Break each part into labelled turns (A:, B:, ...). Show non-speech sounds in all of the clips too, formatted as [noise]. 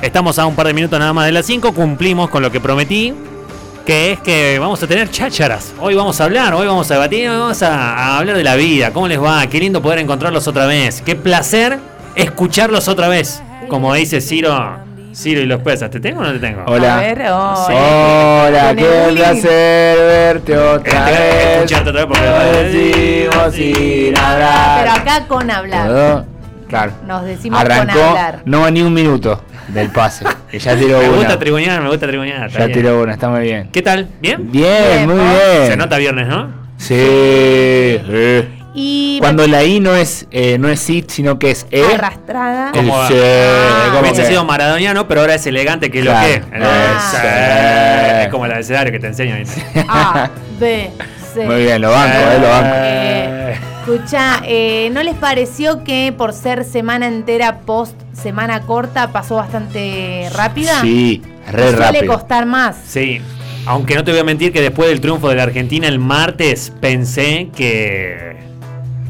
A: Estamos a un par de minutos nada más de las 5. Cumplimos con lo que prometí. Que es que vamos a tener chácharas. Hoy vamos a hablar, hoy vamos a debatir, hoy vamos a, a hablar de la vida. ¿Cómo les va? Qué lindo poder encontrarlos otra vez. Qué placer escucharlos otra vez. Como dice Ciro. Ciro y los pesas. ¿Te tengo o no te tengo?
B: Hola.
C: A ver, oh,
B: Hola,
C: Con el
B: qué
C: bullying.
B: placer verte otra
A: Tengo que
B: vez.
A: escucharte Este, otra vez porque-
B: Decimos sin
C: Pero
B: hablar.
C: acá con hablar.
B: Todo- Claro.
C: Nos decimos con
B: Arrancó,
C: hablar.
B: no va ni un minuto del
A: [laughs]
B: pase. que ya tiró
A: Me
B: una.
A: gusta tribuñar, me gusta tribuñar. está
B: Ya
A: bien.
B: tiró una, está muy bien.
A: ¿Qué tal? ¿Bien?
B: Bien,
C: Bien,
B: muy
C: ¿no?
B: bien.
A: Se nota viernes, ¿no?
B: Sí. eh.
C: Y
B: Cuando la I no es eh, no es it, sino que es E.
C: arrastrada.
B: El
A: Como-
B: sí,
C: Ah,
B: como
A: Hubiese
B: que-
A: sido maradoniano, pero ahora es elegante que
B: Claro.
A: lo que.
B: Ah.
A: Es como el abecedario que te enseño. ¿viste?
C: [laughs] A, B, C.
B: [laughs] Muy bien, lo banco, eh, lo banco.
C: Eh, escucha, eh, ¿no les pareció que por ser semana entera post semana corta pasó bastante rápida?
B: Sí, re
C: Suele
B: rápido.
C: costar más.
A: Sí. Aunque no te voy a mentir que después del triunfo de la Argentina el martes pensé que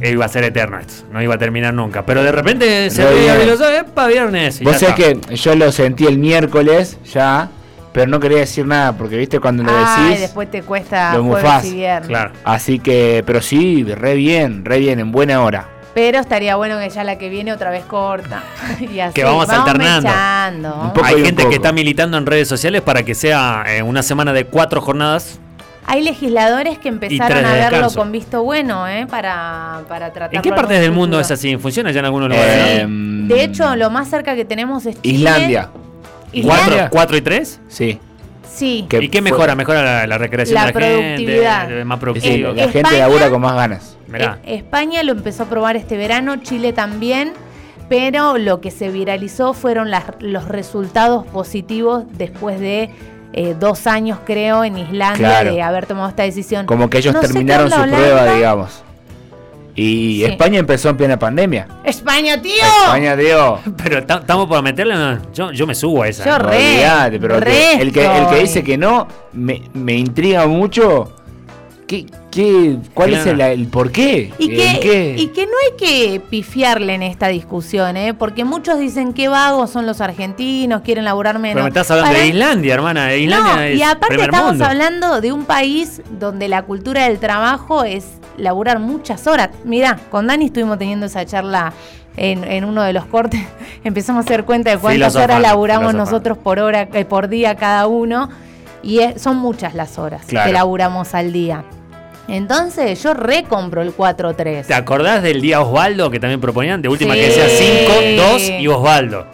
A: iba a ser eterno esto. No iba a terminar nunca. Pero de repente se
B: Re
A: veía
B: bien.
A: y lo sabe, ¡epa! Viernes. y
B: Vos
A: ya
B: sabés
A: está.
B: que yo lo sentí el miércoles ya, pero no quería decir nada porque viste cuando lo
C: Ay,
B: decís.
C: Ah, después te cuesta
B: lo
C: jueves
B: mufás,
C: y viernes.
A: Claro.
B: Así que, pero sí, re bien, re bien, en buena hora.
C: Pero estaría bueno que ya la que viene otra vez corta. [laughs] Y así,
A: Que vamos alternando.
C: mechando.
B: Un poco. y
A: Hay gente
B: poco.
A: que está militando en redes sociales para que sea eh, una semana de cuatro jornadas
C: Hay legisladores que
A: tres
C: empezaron
A: de
C: a verlo
A: descanso.
C: con visto bueno, ¿eh? Para, para tratar.
A: ¿En qué partes del mundo es así? ¿Funciona ya en algunos lugares?
B: Eh,
A: no?
C: De hecho, lo más cerca que tenemos es Chile.
B: Islandia,
C: Islandia.
A: ¿Cuatro, cuatro y tres?
B: sí.
C: Sí.
B: Que
A: ¿Y qué
B: fue-
A: mejora? ¿Mejora la, la recreación
C: La
A: de la
C: productividad.
A: gente? eh, Más
B: Sí,
A: productivo.
B: la gente
C: España-
B: labura con más ganas.
A: Mirá.
C: Eh, España lo empezó a probar este verano, Chile también, pero lo que se viralizó fueron las- los resultados positivos después de eh, dos años, creo, en Islandia
B: Claro.
C: de haber tomado esta decisión.
B: Como que ellos
C: No sé qué
B: terminaron su
C: onda
B: prueba,
C: Holanda.
B: digamos. Y
C: Sí.
B: España empezó en plena pandemia.
C: España, tío.
B: España, tío.
A: Pero estamos por meterle. no? Yo, yo me subo a esa.
C: Yo re-
B: olvidate, pero el que- el, que, el que
C: resto.
B: dice que no, me, me intriga mucho. ¿Qué, qué, ¿Cuál es
A: Claro.
B: el, el por qué?
C: Y
B: ¿En
C: que,
B: qué?
C: y que no hay que pifiarle en esta discusión, ¿eh? porque muchos dicen que vagos son los argentinos, quieren laburar menos.
A: Pero me estás hablando
C: Pará.
A: de Islandia, hermana. de Islandia
C: No,
A: es
C: y aparte
A: primer
C: estamos
A: mundo.
C: hablando de un país donde la cultura del trabajo es laburar muchas horas. Mirá, con Dani estuvimos teniendo esa charla en, en uno de los cortes. [laughs] Empezamos a hacer cuenta de cuántas
A: Filosofando,
C: horas laburamos
A: filosofando.
C: nosotros por hora, eh, por día cada uno. Y es- son muchas las horas
B: Claro.
C: que laburamos al día. Entonces yo recompro el 4-3.
A: ¿Te acordás del día Osvaldo que también proponían? De última que
C: Sí.
A: sea 5, 2 y Osvaldo.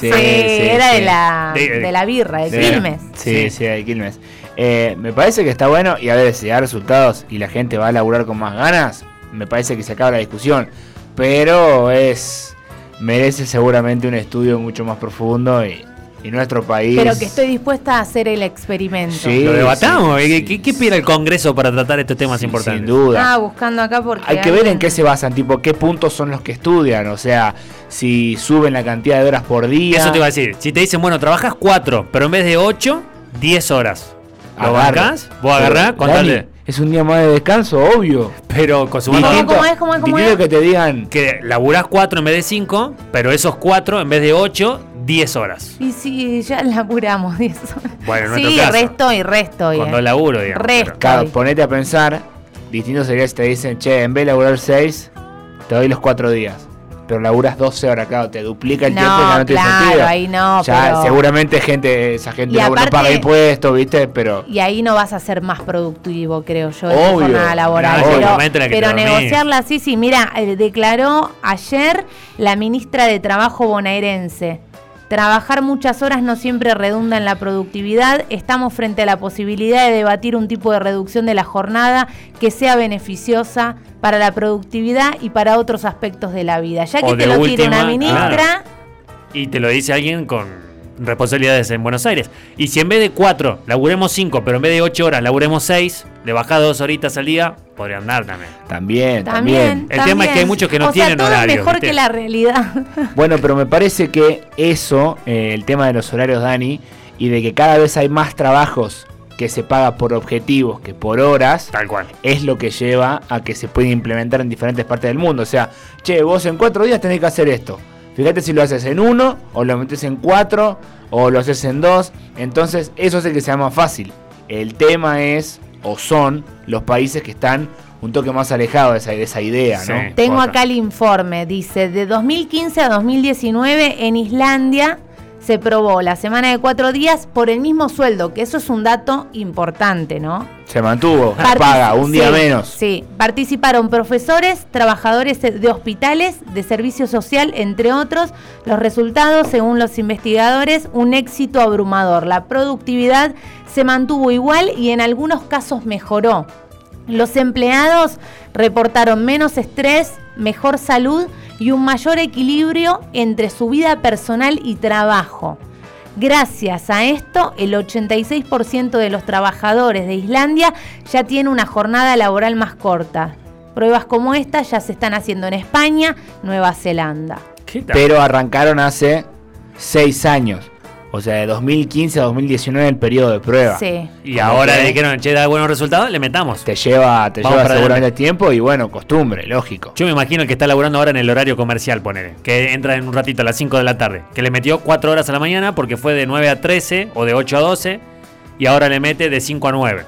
B: Sí,
C: Sí,
B: sí,
C: era
B: sí.
C: De, la,
A: De-
C: de, la birra, de
B: Sí.
C: Quilmes.
B: Sí,
A: Sí.
B: sí, de Quilmes. Eh, me parece que está bueno y a ver si da resultados y la gente va a laburar con más ganas, me parece que se acaba la discusión. Pero es merece seguramente un estudio mucho más profundo y, y nuestro país.
C: Pero que estoy dispuesta a hacer el experimento.
B: Sí,
A: Lo debatamos.
B: sí,
A: ¿Qué,
B: sí,
A: qué- qué
B: sí.
A: pide el Congreso para tratar estos temas
B: sin-
A: importantes?
B: Sin duda.
C: Estaba buscando acá porque.
B: Hay que ver en
C: alguien-
B: qué se basan, tipo, qué puntos son los que estudian, o sea, si suben la cantidad de horas por
A: Y
B: día.
A: eso te iba a decir. Si te dicen, bueno, trabajas 4, pero en vez de 8, 10 horas. ¿Lo
B: Agarra.
A: bancás? Vos agarrás,
B: Pero,
A: contale.
B: Dani, Es un día más de descanso, obvio.
A: Pero con su
C: Distinto. ¿Cómo es? ¿Cómo es? ¿Cómo
B: distinto que
C: es?
B: te digan,
A: que laburás 4 en vez de 5, pero esos 4 en vez de 8, 10 horas.
C: Y sí, ya laburamos de eso.
A: Bueno, en
C: sí,
A: nuestro caso.
C: resto y resto. y,
A: Con
C: eh.
A: dos laburos, digamos.
C: Resto.
A: pero-
B: claro,
C: Ay.
B: ponete a pensar, distinto sería si te dicen, che, en vez de laburar 6, te doy los 4 días. Pero laburas 12 horas, claro, te duplica el
C: No,
B: tiempo y ya no tiene
C: claro,
B: sentido.
C: ahí no,
B: Ya,
C: pero-
B: seguramente gente, esa gente
C: Y
B: labura, no paga
C: aparte-
B: impuestos, ¿viste? Pero.
C: Y ahí no vas a ser más productivo, creo yo, en
B: Obvio.
C: tu jornada laboral.
B: No,
C: pero
A: obviamente la que te
C: pero
A: dormís.
C: negociarla así, sí. Mira, eh, declaró ayer la ministra de Trabajo bonaerense. Trabajar muchas horas no siempre redunda en la productividad. Estamos frente a la posibilidad de debatir un tipo de reducción de la jornada que sea beneficiosa para la productividad y para otros aspectos de la vida. Ya que
A: O
C: te
A: de
C: lo
A: última,
C: tira una ministra,
A: claro. Y te lo dice alguien con responsabilidades en Buenos Aires. Y si en vez de 4 laburemos 5, pero en vez de 8 horas laburemos 6, le bajás 2 horitas al día, podría andar también.
B: También,
C: también.
B: también.
A: El tema es que hay muchos que no
C: O sea,
A: tienen
C: todo es
A: horario,
C: mejor
A: ¿viste?
C: que la realidad.
B: Bueno, pero me parece que eso, eh, el tema de los horarios, Dani, y de que cada vez hay más trabajos que se paga por objetivos que por horas,
A: Tal cual.
B: es lo que lleva a que se pueda implementar en diferentes partes del mundo. O sea, che, vos en cuatro días tenés que hacer esto. Fíjate si lo haces en uno, o lo metes en cuatro, o lo haces en dos. Entonces, eso hace que sea más fácil. El tema es, o son, los países que están un toque más alejados de esa, de esa idea,
A: Sí.
B: ¿no?
C: Tengo
B: Otra.
C: acá el informe, dice, de 2015 a 2019 en Islandia se probó la semana de cuatro días por el mismo sueldo, que eso es un dato importante, ¿no?
B: Se mantuvo,
C: Partici-
B: paga, un día
C: sí,
B: menos.
C: Sí, participaron profesores, trabajadores de hospitales, de servicio social, entre otros. Los resultados, según los investigadores, un éxito abrumador. La productividad se mantuvo igual y en algunos casos mejoró. Los empleados reportaron menos estrés, mejor salud y un mayor equilibrio entre su vida personal y trabajo. Gracias a esto, el 86% de los trabajadores de Islandia ya tiene una jornada laboral más corta. Pruebas como esta ya se están haciendo en España, Nueva Zelanda.
A: ¿Qué tal?
B: pero arrancaron hace 6 años. O sea, de 2015 a 2019 el periodo de prueba.
C: Sí.
A: y ahora
B: Ok.
A: le dijeron, che, da buenos resultados, le metamos.
B: Te lleva, te
A: Vamos
B: lleva
A: para
B: seguramente tiempo y bueno, costumbre, lógico.
A: Yo me imagino el que está laburando ahora en el horario comercial, ponele. Que entra en un ratito a las 5 de la tarde. Que le metió 4 horas a la mañana porque fue de 9 a 13 o de 8 a 12. Y ahora le mete de 5 a 9.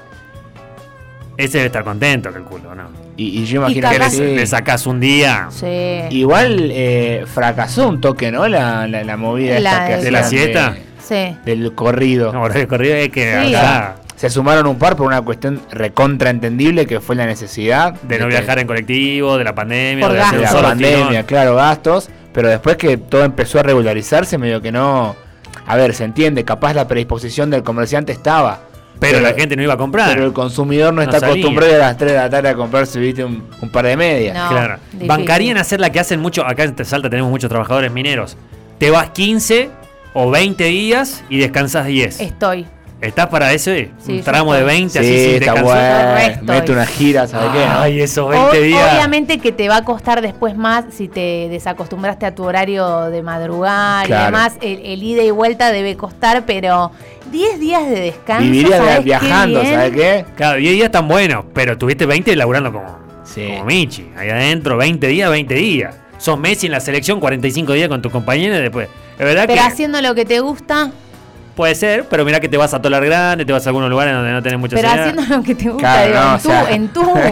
A: Ese debe estar contento, calculo, ¿no?
B: Y, y yo imagino
C: Y
A: Que
B: que
A: le,
C: capaz-
B: sí.
A: le sacás un día
C: Sí.
B: Igual eh, fracasó un toque, ¿no? La, la, la movida
C: La
B: esta que
C: de-
A: de la
B: hacían
A: siesta.
C: Sí.
B: del corrido.
A: No, horario corrido es que
C: Sí.
A: acá,
B: Se sumaron un par por una cuestión recontraentendible que fue la necesidad
A: de no
B: que-
A: viajar en colectivo, de la pandemia,
C: Por
A: de
C: gasto.
A: hacer
B: de
A: un
B: la
A: solo
B: pandemia,
A: tirón.
B: claro, gastos, pero después que todo empezó a regularizarse, medio que no. A ver, se entiende, capaz la predisposición del comerciante estaba.
A: Pero, la gente no iba a comprar.
B: Pero el consumidor
A: No
B: no, está
A: salía.
B: acostumbrado a las 3 de la tarde a comprarse viste, un, un par de medias.
C: No,
A: claro.
C: difícil.
A: Bancaría en hacer la que hacen mucho. Acá en Salta tenemos muchos trabajadores mineros. Te vas 15 o 20 días y descansas 10.
C: Estoy.
A: ¿Estás para ese?
C: Sí,
A: un tramo
C: yo
A: de
C: estoy.
A: 20 así
B: Sí,
A: sin
B: está
A: descansar.
B: bueno.
C: Correcto.
B: Mete una gira, ¿sabes qué? no?
A: Ay, esos
C: O-
A: 20 días.
C: obviamente que te va a costar después más si te desacostumbraste a tu horario de madrugada y
B: Claro.
C: además el, el ida y vuelta debe costar, pero 10 días de descanso.
B: Viviría
C: ¿sabes qué
B: viajando,
C: bien?
B: ¿sabes qué?
A: Claro, 10 días tan buenos, pero tuviste 20 laburando como,
B: Sí.
A: como Michi. Ahí adentro, 20 días, 20 días. Sos Messi en la selección, 45 días con tus compañeros y después. Es verdad
C: Pero
A: que
C: haciendo lo que te gusta,
A: puede ser, pero mirá que te vas a Tolar Grande, te vas a algunos lugares donde no tenés mucha
C: pero
A: señal.
C: haciendo lo que te gusta,
B: Claro,
C: digo,
B: no,
C: en,
B: o
C: tu,
B: sea.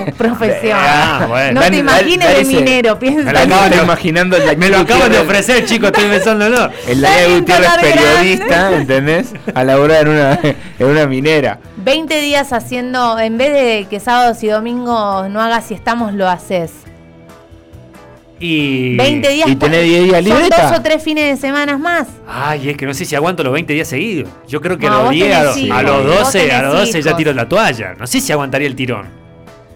C: en
B: [laughs]
C: tu profesión.
A: Ah, bueno.
C: No
B: Dani,
C: te imagines
B: Dani
C: de
B: se-
C: minero, piensa.
A: Me la acaban de-
B: Estoy imaginando el
A: Me lo acaban de ofrecer, chicos,
C: [laughs]
A: estoy pensándolo.
B: El Daniel
C: Dani
B: Gutiérrez
C: Tolar [laughs]
B: periodista, ¿entendés? A laburar en una, en una minera.
C: 20 días haciendo, en vez de que sábados y domingos no hagas si estamos, lo haces.
A: Y.
C: 20 días.
B: y tenés 10 días
C: Son
B: libreta.
C: dos o tres fines de semana más.
A: Ay, es que no sé si aguanto los 20 días seguidos. Yo creo que
C: No,
A: a los
C: vos
A: 10, a,
C: tenés
A: los-
B: hijos,
A: a los
B: vos
A: 12, a los
C: tenés
A: 12 ya
C: hijos.
A: tiro la toalla. No sé si aguantaría el tirón.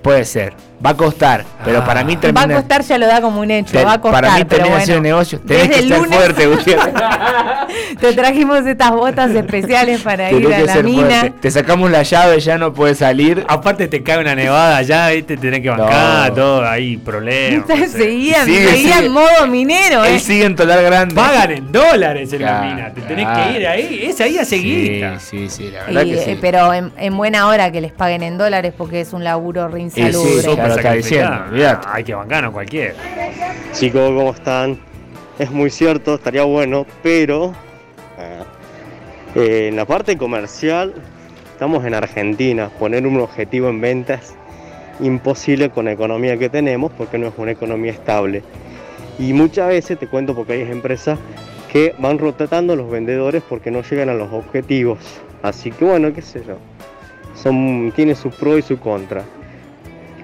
B: Puede ser. Va a costar, pero
A: Ah.
B: para mí
C: Va a
B: termina.
C: costar, ya lo da como un hecho.
B: te-
C: va a costar.
B: para mí
C: pero
B: termina
C: bueno,
B: siendo negocio. Tenés
C: desde
B: que
C: el
B: ser
C: lunes
B: fuerte, Gutiérrez.
C: [laughs] Te trajimos
B: [laughs]
C: estas botas especiales para ir
B: Tenés
C: a
B: que
C: la
B: ser
C: mina. Ah,
B: fuerte. Te sacamos la llave, ya no puedes salir.
A: Aparte te cae una nevada ya, ¿viste? Tenés que bancar,
B: No.
A: todo, ahí, problemas. no sé.
C: seguían,
B: Sigue,
C: seguían
B: sigue.
C: modo minero,
B: Él
C: eh.
B: sigue en total grande.
A: Pagan en dólares en la
B: Claro,
A: mina. Te tenés
B: claro.
A: que ir ahí. Es ahí a
B: Sí,
A: seguir.
B: sí, sí, la verdad
C: Y,
B: que sí.
C: eh, Pero en, en buena hora que les paguen en dólares porque es un laburo re
B: sí,
C: insalubre.
B: ya lo está diciendo, olvídate.
A: Hay que bancar a cualquiera.
D: Chicos, ¿cómo están? Es muy cierto, estaría bueno, pero ah, eh, en la parte comercial estamos en Argentina. Poner un objetivo en ventas imposible con la economía que tenemos porque no es una economía estable. Y muchas veces te cuento porque hay empresas que van rotando los vendedores porque no llegan a los objetivos. Así que bueno, qué sé yo. Son, tiene su pro y su contra.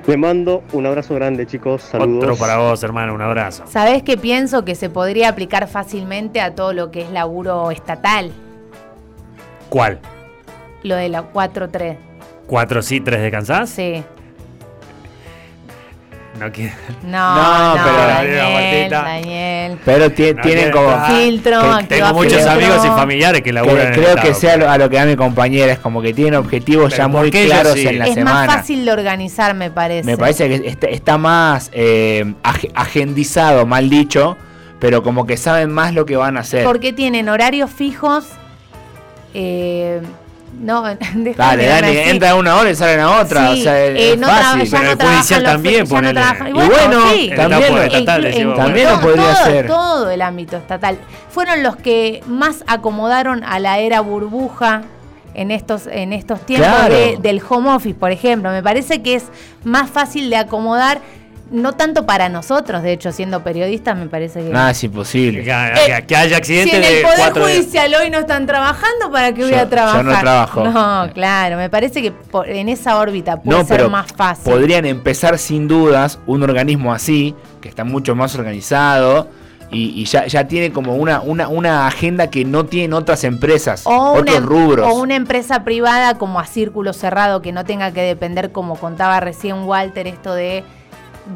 D: Les mando un abrazo grande chicos, saludos.
A: Otro para vos, hermano, un abrazo.
C: ¿Sabés qué pienso? Que se podría aplicar fácilmente a todo lo que es laburo estatal,
A: ¿Cuál?
C: lo de la 4-3.
A: ¿Cuatro sí, tres descansás?
C: Sí.
A: No
C: [laughs]
A: quiero.
C: No,
B: No,
C: no,
B: pero-
C: Daniel,
A: Martita.
C: Daniel.
B: Pero tie-
A: No
B: tienen
A: quiero
B: como.
A: estar. Ah,
C: filtro,
B: que
C: activa
A: Tengo muchos
C: filtro.
A: amigos y familiares que
B: que
A: laburan en el
B: creo que
A: Estado.
B: sea lo- a lo que da mi compañera, es como que tienen objetivos
A: Pero
B: ya muy
A: porque ellos
B: claros
A: sí.
B: en la
C: Es
B: semana.
C: más fácil de organizar, me parece.
B: Me parece que está, está más eh, ag- agendizado, mal dicho, pero como que saben más lo que van a hacer.
C: Porque tienen horarios fijos, eh, No, [laughs] déjame
B: Dale,
C: mirarme
B: dale,
C: así.
B: entra en una hora y sale en la otra.
C: Sí,
B: o sea,
C: eh,
B: es
C: no
B: fácil.
C: traba- ya
A: pero el
C: no trabajan
A: judicial
C: los
A: también,
C: fechas, ya no
A: ponele.
C: trabajan-
B: Y bueno,
C: sí.
B: En también
A: el
B: lo-
A: estatal, decís vos,
B: también
A: bueno.
B: lo podría
C: todo,
B: ser.
C: Todo el ámbito estatal. Fueron los que más acomodaron a la era burbuja en estos, en estos tiempos
B: Claro.
C: de- del home office, por ejemplo. Me parece que es más fácil de acomodar, no tanto para nosotros, de hecho, siendo periodistas, me parece que.
B: Nada es
A: Que,
B: imposible.
A: que- que haya
C: Eh, si
A: accidentes
C: en el
A: de
C: Poder
A: cuatro de-
C: Judicial hoy no están trabajando, ¿para qué voy
B: Yo-
C: a
B: yo
C: trabajar?
B: no trabajo.
C: No, claro, me parece que por- en esa órbita puede
B: No,
C: ser
B: pero
C: más fácil.
B: podrían empezar sin dudas un organismo así, que está mucho más organizado y, y ya, ya tiene como una, una, una agenda que no tienen otras empresas,
C: O
B: otros
C: una, em-
B: rubros.
C: o una empresa privada como a círculo cerrado que no tenga que depender, como contaba recién Walter, esto de,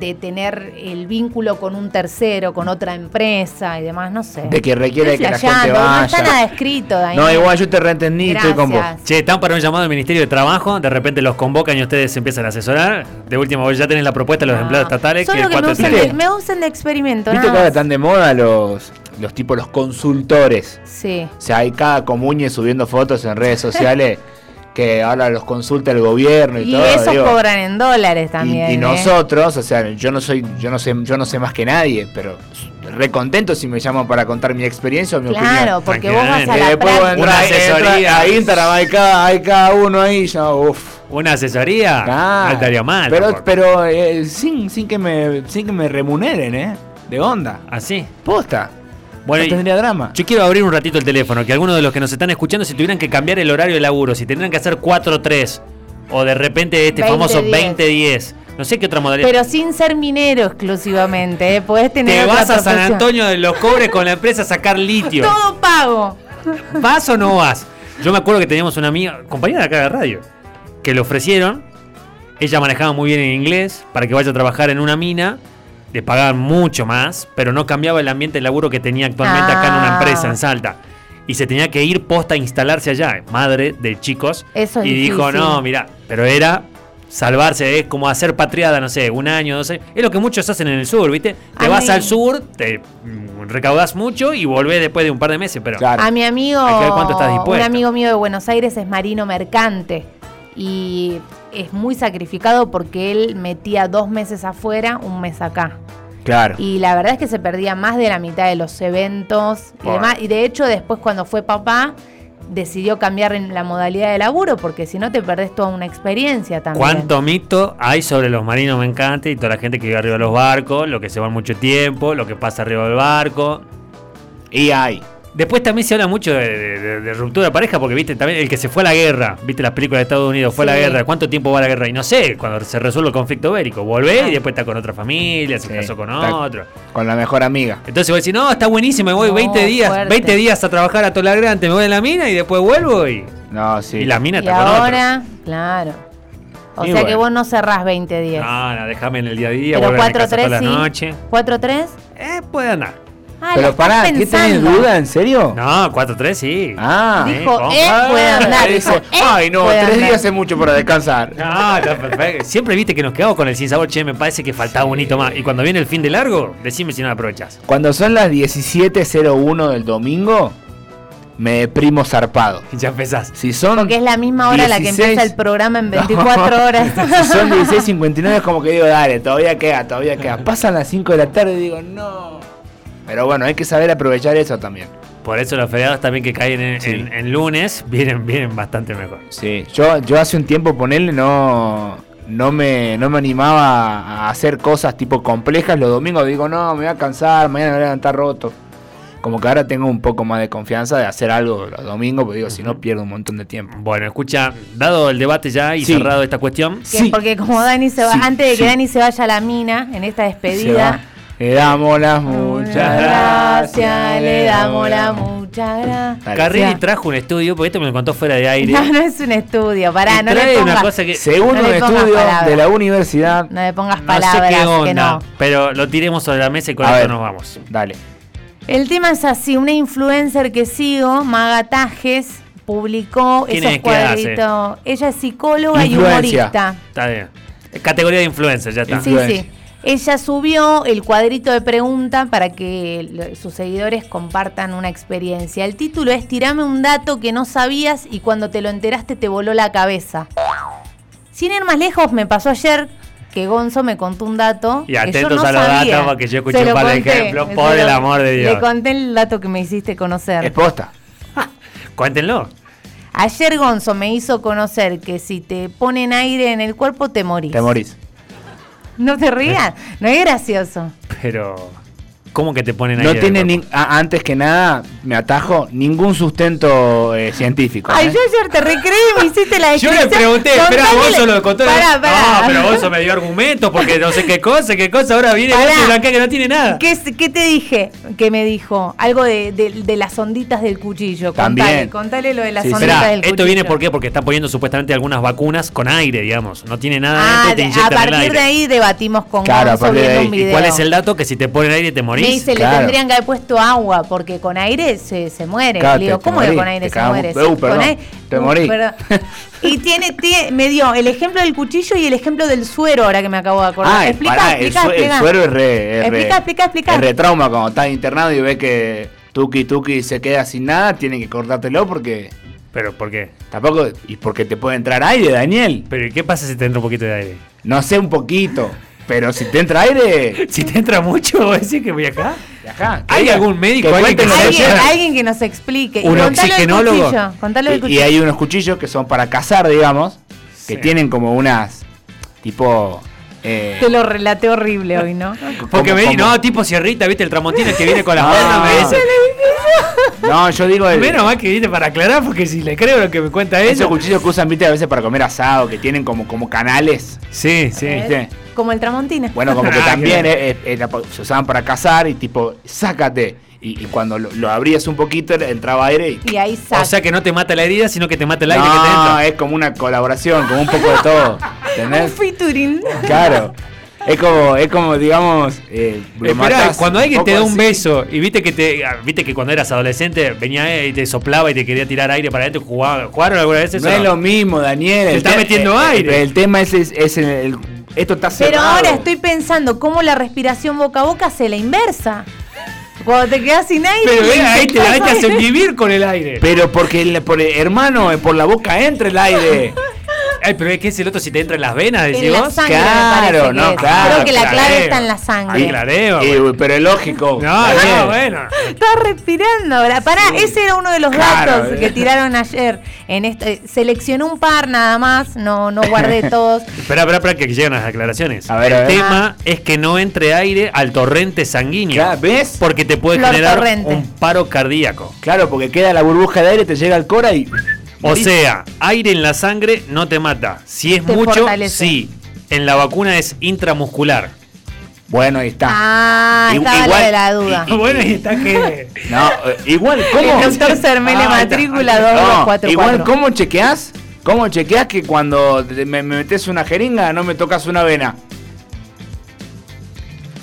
C: de tener el vínculo con un tercero, con otra empresa y demás, no sé.
B: De que requiere
C: em- Estoy
B: que la
C: flasheando,
B: gente
C: No está nada
B: vaya.
C: escrito, Daniel.
B: No, igual yo te reentendí, estoy con vos.
C: Gracias.
A: Che, están para un llamado del Ministerio de Trabajo, de repente los convocan y ustedes se empiezan a asesorar. De última, vos ya tenés la propuesta de los
C: Ah,
A: empleados estatales.
C: Solo que, me,
A: cuatro
C: usan
A: tienen-
C: de, me usan de experimento.
B: Viste que
C: nada
B: ahora están de moda los, los tipos, los consultores.
C: más. Sí.
B: O sea, hay cada comuñe subiendo fotos en redes
C: [laughs]
B: sociales que ahora los consulta el gobierno y,
C: Y
B: todo.
C: esos
B: digo.
C: cobran en dólares
B: Y-
C: también.
B: y,
C: ¿eh?
B: nosotros, o sea, yo no soy, yo no sé, yo no sé más que nadie, pero re contento si me llaman para contar mi experiencia o mi
C: Claro,
B: opinión.
C: porque vos vas a
A: Tranquilamente.
B: Que
C: la
B: después vos
C: práctica.
A: Una
B: entras,
A: asesoría.
B: entras a Instagram, hay cada, hay cada uno ahí, ya, uff.
A: Una asesoría
B: claro.
A: Ah, no estaría mal.
B: Pero,
A: tampoco.
B: pero eh, sin, sin que me, sin que me remuneren, eh. De onda.
A: Así.
B: Posta.
A: Bueno,
B: no
A: y-
B: tendría drama.
A: Yo quiero abrir un ratito el teléfono, que algunos de los que nos están escuchando, si tuvieran que cambiar el horario de laburo, si tendrían que hacer 4-3, o de repente este
C: 20-10.
A: famoso 20-10, no sé qué otra modalidad.
C: Pero sin ser minero exclusivamente, ¿eh? podés tener
A: Te
C: otra
A: vas a San
C: profesión.
A: Antonio de los Cobres con la empresa a sacar litio.
C: Todo pago.
A: ¿Vas o no vas? Yo me acuerdo que teníamos una amiga, compañera de acá de radio, que le ofrecieron. Ella manejaba muy bien el inglés para que vaya a trabajar en una mina. Le pagaban mucho más, pero no cambiaba el ambiente de laburo que tenía actualmente acá en una
C: Ah.
A: empresa en Salta. Y se tenía que ir posta a instalarse allá, eh, madre de chicos.
C: Eso es
A: y dijo,
C: difícil.
A: no, mira, pero era salvarse, es como hacer patriada, no sé, un año, dos años. Es lo que muchos hacen en el sur, ¿viste? Te
C: Ay.
A: vas al sur, te mm, recaudás mucho y volvés después de un par de meses, pero...
B: Claro.
C: A mi amigo,
A: Hay que ver cuánto estás
C: un
A: dispuesto.
C: amigo mío de Buenos Aires es marino mercante y es muy sacrificado porque él metía dos meses afuera, un mes acá.
B: Claro.
C: Y la verdad es que se perdía más de la mitad de los eventos y
B: Bueno.
C: demás. Y de hecho, después cuando fue papá, decidió cambiar en la modalidad de laburo porque si no te perdés toda una experiencia también.
A: ¿Cuánto mito hay sobre los marinos? Me encanta. Y toda la gente que vive arriba de los barcos, lo que se van mucho tiempo, lo que pasa arriba del barco.
B: Y hay.
A: Después también se habla mucho de, de- de- de ruptura de pareja, porque viste también el que se fue a la guerra, viste las películas de Estados Unidos, fue a la
C: Sí.
A: guerra, ¿cuánto tiempo va a la guerra? Y no sé, cuando se resuelve el conflicto bélico, volvé y después está con otra familia, se
B: Sí,
A: casó con
B: está-
A: otro.
B: Con la mejor amiga.
A: Entonces vos decís, no, está buenísimo, me voy
C: No,
A: 20 días,
C: fuerte.
A: 20 días a trabajar a Tolagrante, me voy a la mina y después vuelvo y,
B: No, sí.
A: y la mina
C: Y
A: está con otro.
C: ahora, claro. O
B: Y
C: sea que
B: bueno.
C: vos no cerrás 20-10.
A: No, no, déjame en el día a día,
C: Pero
A: volver a mi casa toda
C: 4-3
A: la
C: sí.
A: noche.
C: 4-3.
A: Eh, puede andar.
C: Ah, la
B: Pero
C: estás
B: pará, ¿qué tenés
C: pensando.
B: duda? ¿En serio?
A: No, 4-3 sí.
B: Ah.
A: Sí,
C: Dijo,
A: ¿cómo?
C: eh, puede andar.
B: Dice,
C: Dijo, eh,
B: Ay, no,
C: puede
B: tres
C: andar".
B: días es mucho para descansar.
A: No, está perfecto. Siempre viste que nos quedamos con el sin sabor, che, me parece que faltaba un hito más. Y cuando viene el fin de largo, decime si no lo aprovechas.
B: Cuando son las 17.01 del domingo, me deprimo zarpado.
A: [laughs] Ya empezás.
B: Si son. [laughs]
C: Porque es la misma hora a la que
B: 16
C: empieza el programa en 24 horas.
B: [laughs] si
C: [laughs]
B: son 16.59, es como que digo, dale, todavía queda, todavía queda. Pasan las 5 de la tarde y digo, no. Pero bueno, hay que saber aprovechar eso también.
A: Por eso los feriados también que caen en,
B: Sí.
A: en- en lunes vienen, vienen bastante mejor.
B: Sí, yo, yo hace un tiempo, ponerle, no, no, me, no me animaba a hacer cosas tipo complejas. Los domingos digo, no, me voy a cansar, mañana me voy a levantar roto. Como que ahora tengo un poco más de confianza de hacer algo los domingos, porque digo, si no pierdo un montón de tiempo.
A: Bueno, escucha, dado el debate ya y
B: Sí.
A: cerrado esta cuestión,
C: Que-
B: Sí,
C: Porque como Dani se va,
B: sí,
C: antes de que
B: sí.
C: Dani se vaya a la mina en
B: Se
C: esta
B: va.
C: despedida.
B: Le damos las
C: Muchas
B: muchas
C: gracias, le damos la
B: muchas
C: muchas gracias.
B: Dale.
A: Carrilli
C: Ya.
A: trajo un estudio, porque esto me lo contó fuera de aire.
C: [laughs] No, no es un estudio, pará,
A: Y
C: no
A: trae
C: le
A: una
C: pongas,
A: cosa que-
B: Según
C: No
B: un
C: le pongas
B: estudio
C: palabras.
B: de la universidad.
C: no le pongas
A: No sé
C: palabras
A: qué
C: que
A: onda,
C: no.
A: pero lo tiremos sobre la mesa y con
B: A
A: esto
B: ver.
A: nos vamos.
B: Dale.
C: El tema es así, una influencer que sigo, Maga Tajes, publicó
A: ¿Quién
C: esos
A: es? ¿Qué hace?
C: cuadritos. Ella es psicóloga
B: Influencia.
C: y humorista.
A: Está bien. Categoría de influencer, ya está.
C: Sí,
B: Influencer.
C: sí. Ella subió el cuadrito de pregunta para que lo- sus seguidores compartan una experiencia. El título es Tirame un dato que no sabías y cuando te lo enteraste te voló la cabeza. Sin ir más lejos, me pasó ayer que Gonzo me contó un dato.
A: Y
C: que yo
A: atentos
C: no
A: a los datos,
C: sabía.
A: porque yo escuché
C: Se lo
A: un par de
C: conté,
A: ejemplos,
C: se
A: por
C: lo-
A: el amor de Dios.
C: Le conté el dato que me hiciste conocer.
B: Es posta.
A: Cuéntenlo.
C: Ayer Gonzo me hizo conocer que si te ponen aire en el cuerpo te morís.
B: Te morís.
C: No te rías, no es gracioso.
A: Pero, ¿cómo que te ponen ahí?
B: No
A: en el
B: tiene,
A: cuerpo?
B: ni- a- antes que nada, me atajo, ningún sustento eh, científico.
C: Ay,
B: ¿eh?
C: yo ayer te recreé y me hiciste
A: [laughs]
C: la
A: Yo
C: descripción.
A: le pregunté, espera,
C: Contale-
A: Gonzo lo contó. la-
C: Pará, pará.
A: No, pero Gonzo me dio argumentos porque no sé qué cosa, qué cosa. Ahora viene
C: Pará.
A: Gonzo y Blanca que no tiene nada.
C: [laughs] ¿Qué, es- qué te dije? Que me dijo algo de, de- de las onditas del cuchillo.
B: También.
C: Contale, contale lo de las
B: Sí,
C: onditas
A: Esperá,
C: del cuchillo.
A: esto viene por qué? Porque están poniendo supuestamente algunas vacunas con aire, digamos. No tiene nada
C: Ah,
A: adentro y te
C: de- a
A: inyectan el
C: partir
A: aire.
C: de ahí debatimos con
B: Claro, a
C: Gonzo
B: partir de
C: viendo
B: ahí.
C: un
A: ¿Y
C: video.
A: cuál es el dato que si te ponen aire te morís?
C: Me dice,
B: Claro.
C: le tendrían que haber puesto agua, porque con aire se, se muere.
B: Claro,
C: le
B: te-
C: digo,
B: te
C: ¿cómo que
B: morís,
C: con aire
B: te
C: se
B: cagamos.
C: muere?
B: Uh, perdón,
C: con aire-
B: te morís. [laughs]
C: perdón. Y tiene, tie- me dio el ejemplo del cuchillo y el ejemplo del suero, ahora que me acabo de acordar.
B: Ah,
C: explica,
B: pará,
C: explica,
B: el, sue- el
C: explica.
B: suero es re, es
C: Explica,
B: re-
C: explica, explica.
B: Es re trauma cuando estás internado y ves que Tuki Tuki se queda sin nada, tienen que cortártelo porque
A: Pero, ¿por qué?
B: tampoco. Y porque te puede entrar aire, Daniel.
A: Pero, ¿y qué pasa si te entra un poquito de aire? [laughs]
B: No sé un poquito, pero si te entra aire,
A: Si te entra mucho, voy a decir que voy acá.
B: ajá.
A: ¿Hay algún médico, alguien que
B: cuenten lo
A: se
C: Alguien,
B: sea.
A: haya-
C: alguien que nos explique.
A: Un
C: Y Eh, contalo del
A: oxigenólogo.
C: cuchillo, contalo del
B: Y, y
C: cuchillo.
B: hay unos cuchillos que son para cazar, digamos, que
A: Sí.
B: tienen como unas tipo. eh,
C: Te lo relaté horrible hoy, ¿no?
A: Porque
B: como-
A: me di,
B: como-
A: no, tipo Sierrita, viste, el tramontina que viene con las
B: No.
A: manos, me
C: [laughs]
A: dice.
B: [laughs] No, yo digo el,
A: Menos mal que viste para aclarar, porque si le creo lo que me cuenta
B: esos
A: eso.
B: cuchillos que usan, viste, a veces para comer asado, que tienen como, como canales.
A: Sí, sí.
B: ¿Viste?
C: Como el Tramontina.
B: Bueno, como que
A: [laughs] Ah,
B: también
A: claro.
B: eh, eh, era pa- se usaban para cazar y tipo, sácate. Y, y cuando lo, lo abrías un poquito, le- entraba aire y.
C: Y ahí
A: O
C: saca.
A: sea que no te mata la herida, sino que te mata el aire que te
B: no, eh,
A: entra.
B: es como una colaboración, como un poco de
A: [laughs]
B: todo.
C: un
B: ¿Entendés?
C: featuring.
B: Claro. Es como, es como digamos. Eh, lo
A: Esperá,
B: matás
A: cuando alguien
B: un
A: te da
B: poco
A: un
B: así.
A: beso y viste que te ah, viste que cuando eras adolescente venía eh, y te soplaba y te quería tirar aire para adentro, jugaba- ¿jugaron alguna vez eso?
B: No es
A: No.
B: lo mismo, Daniel.
A: Te
B: el
A: está
B: te-
A: metiendo
B: eh,
A: aire.
B: El, tema es, es, es el- el- esto está
C: Pero
B: cerrado.
C: ahora estoy pensando cómo la respiración boca a boca se la inversa. Cuando te quedas sin aire.
A: Pero eh,
C: y
A: ahí
C: [laughs]
A: te, ahí te
C: pasa-
A: hacen vivir con el aire.
B: Pero porque, el- por el- hermano, eh, por la boca entra
A: [laughs]
B: el aire.
A: Ay, pero es que es el otro si te entra en las venas, decís
C: En la
A: vos.
C: sangre. me
B: Claro,
C: parece que
B: no,
C: es.
B: claro,
C: Creo que la clave
A: clareo.
C: está en la sangre.
A: Ahí clareo.
B: Eh,
A: bueno.
B: pero es lógico.
A: No,
B: Daniel.
A: no, bueno.
C: Estás respirando ahora. Pará, ese era uno de los
B: Claro,
C: datos
B: eh.
C: que tiraron ayer. En este, seleccioné un par nada más, no, no
B: [laughs]
C: guardé todos.
A: Espera, espera, espera, que llegan las aclaraciones.
B: A ver,
A: el
B: a ver.
A: tema es que no entre aire al torrente sanguíneo.
B: Claro, ¿Ves?
A: Porque te puede
C: Flor
A: generar
C: torrente.
A: un paro cardíaco.
B: Claro, porque queda la burbuja de aire, te llega al cora y.
A: O sea, aire en la sangre no te mata. Si es
C: Te
A: mucho,
C: fortalece.
A: sí. En la vacuna es intramuscular.
B: Bueno, ahí está.
C: Ah,
B: I-
C: estaba
B: igual-
C: lo de la duda.
A: Bueno, y está
C: [laughs]
A: que.
B: No, eh, igual, ¿cómo?
C: El doctor Sermele
A: Ah,
C: matrícula
B: No,
C: 2244.
B: igual, ¿cómo chequeás? ¿Cómo chequeás que cuando te- me, me metes una jeringa no me tocas una vena?
C: [laughs]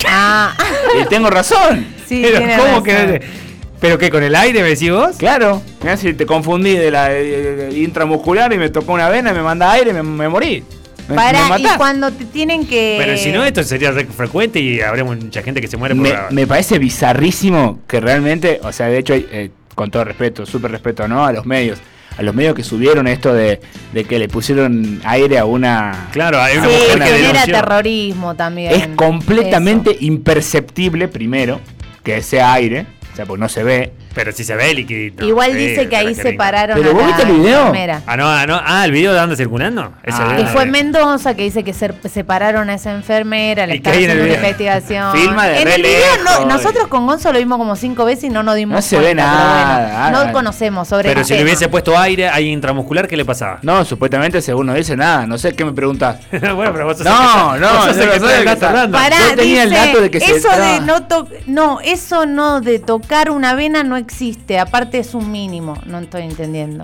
C: Ah, [laughs]
B: Y tengo razón.
C: sí,
A: pero,
C: tiene
A: ¿cómo
C: razón.
A: que.? ¿Pero qué? ¿Con el aire me decís vos?
B: Claro. Mirá si te confundí de la de- de- de intramuscular y me tocó una vena, me manda aire, me, me morí. Me, me
C: Pará, y
B: matás.
C: cuando te tienen que.
A: Pero si no, esto sería re- frecuente y habría mucha gente que se muere por
B: me,
A: la-
B: me parece bizarrísimo que realmente, o sea, de hecho, eh, con todo respeto, súper respeto, ¿no? A los medios, a los medios que subieron esto de, de que le pusieron aire a una...
A: Claro, hay una
C: Sí,
A: mujer que
C: genera
A: denunció.
C: terrorismo también.
B: es completamente imperceptible, primero, que sea aire, o sea, porque no se ve.
A: Pero si se ve el
C: Eso.
A: liquidito.
C: Igual
A: Sí,
C: dice que
A: pero
C: ahí
A: qué lindo.
C: separaron
B: Pero
C: a
B: vos
C: la
B: viste el video.
C: enfermera.
A: Ah, no, ah, no. Ah, el video de anda circulando. Ese
B: Ah,
A: de-
C: Que fue Mendoza que dice que se- separaron a esa enfermera, le
A: ¿Y qué
C: están
A: hay en
C: haciendo
A: el
C: una
A: video?
C: investigación.
B: Filma de
C: en
B: re
C: el video
B: lejos,
C: no-
B: eh.
C: nosotros con Gonzo lo vimos como cinco veces y no nos dimos
B: No se ve
C: cuenta, pero
B: nada,
C: bueno,
B: nada.
C: no conocemos sobre
A: Pero
C: el
A: si le
C: tema.
A: hubiese puesto aire, ahí intramuscular, ¿qué le pasaba?
B: No, supuestamente según no dice nada, no sé qué me preguntas.
A: [laughs] bueno, pero vos sos
B: No,
A: el que-
B: no,
A: vos sos
B: yo
A: el
B: no
A: que
B: soy
A: está
B: el que
A: acá
B: está-
A: cerrando.
C: Pará,
B: Yo tenía el
C: dice,
B: dato de que se
C: eso
B: traba.
C: de no to- no, eso no de tocar una vena no existe, aparte es un mínimo, no estoy entendiendo.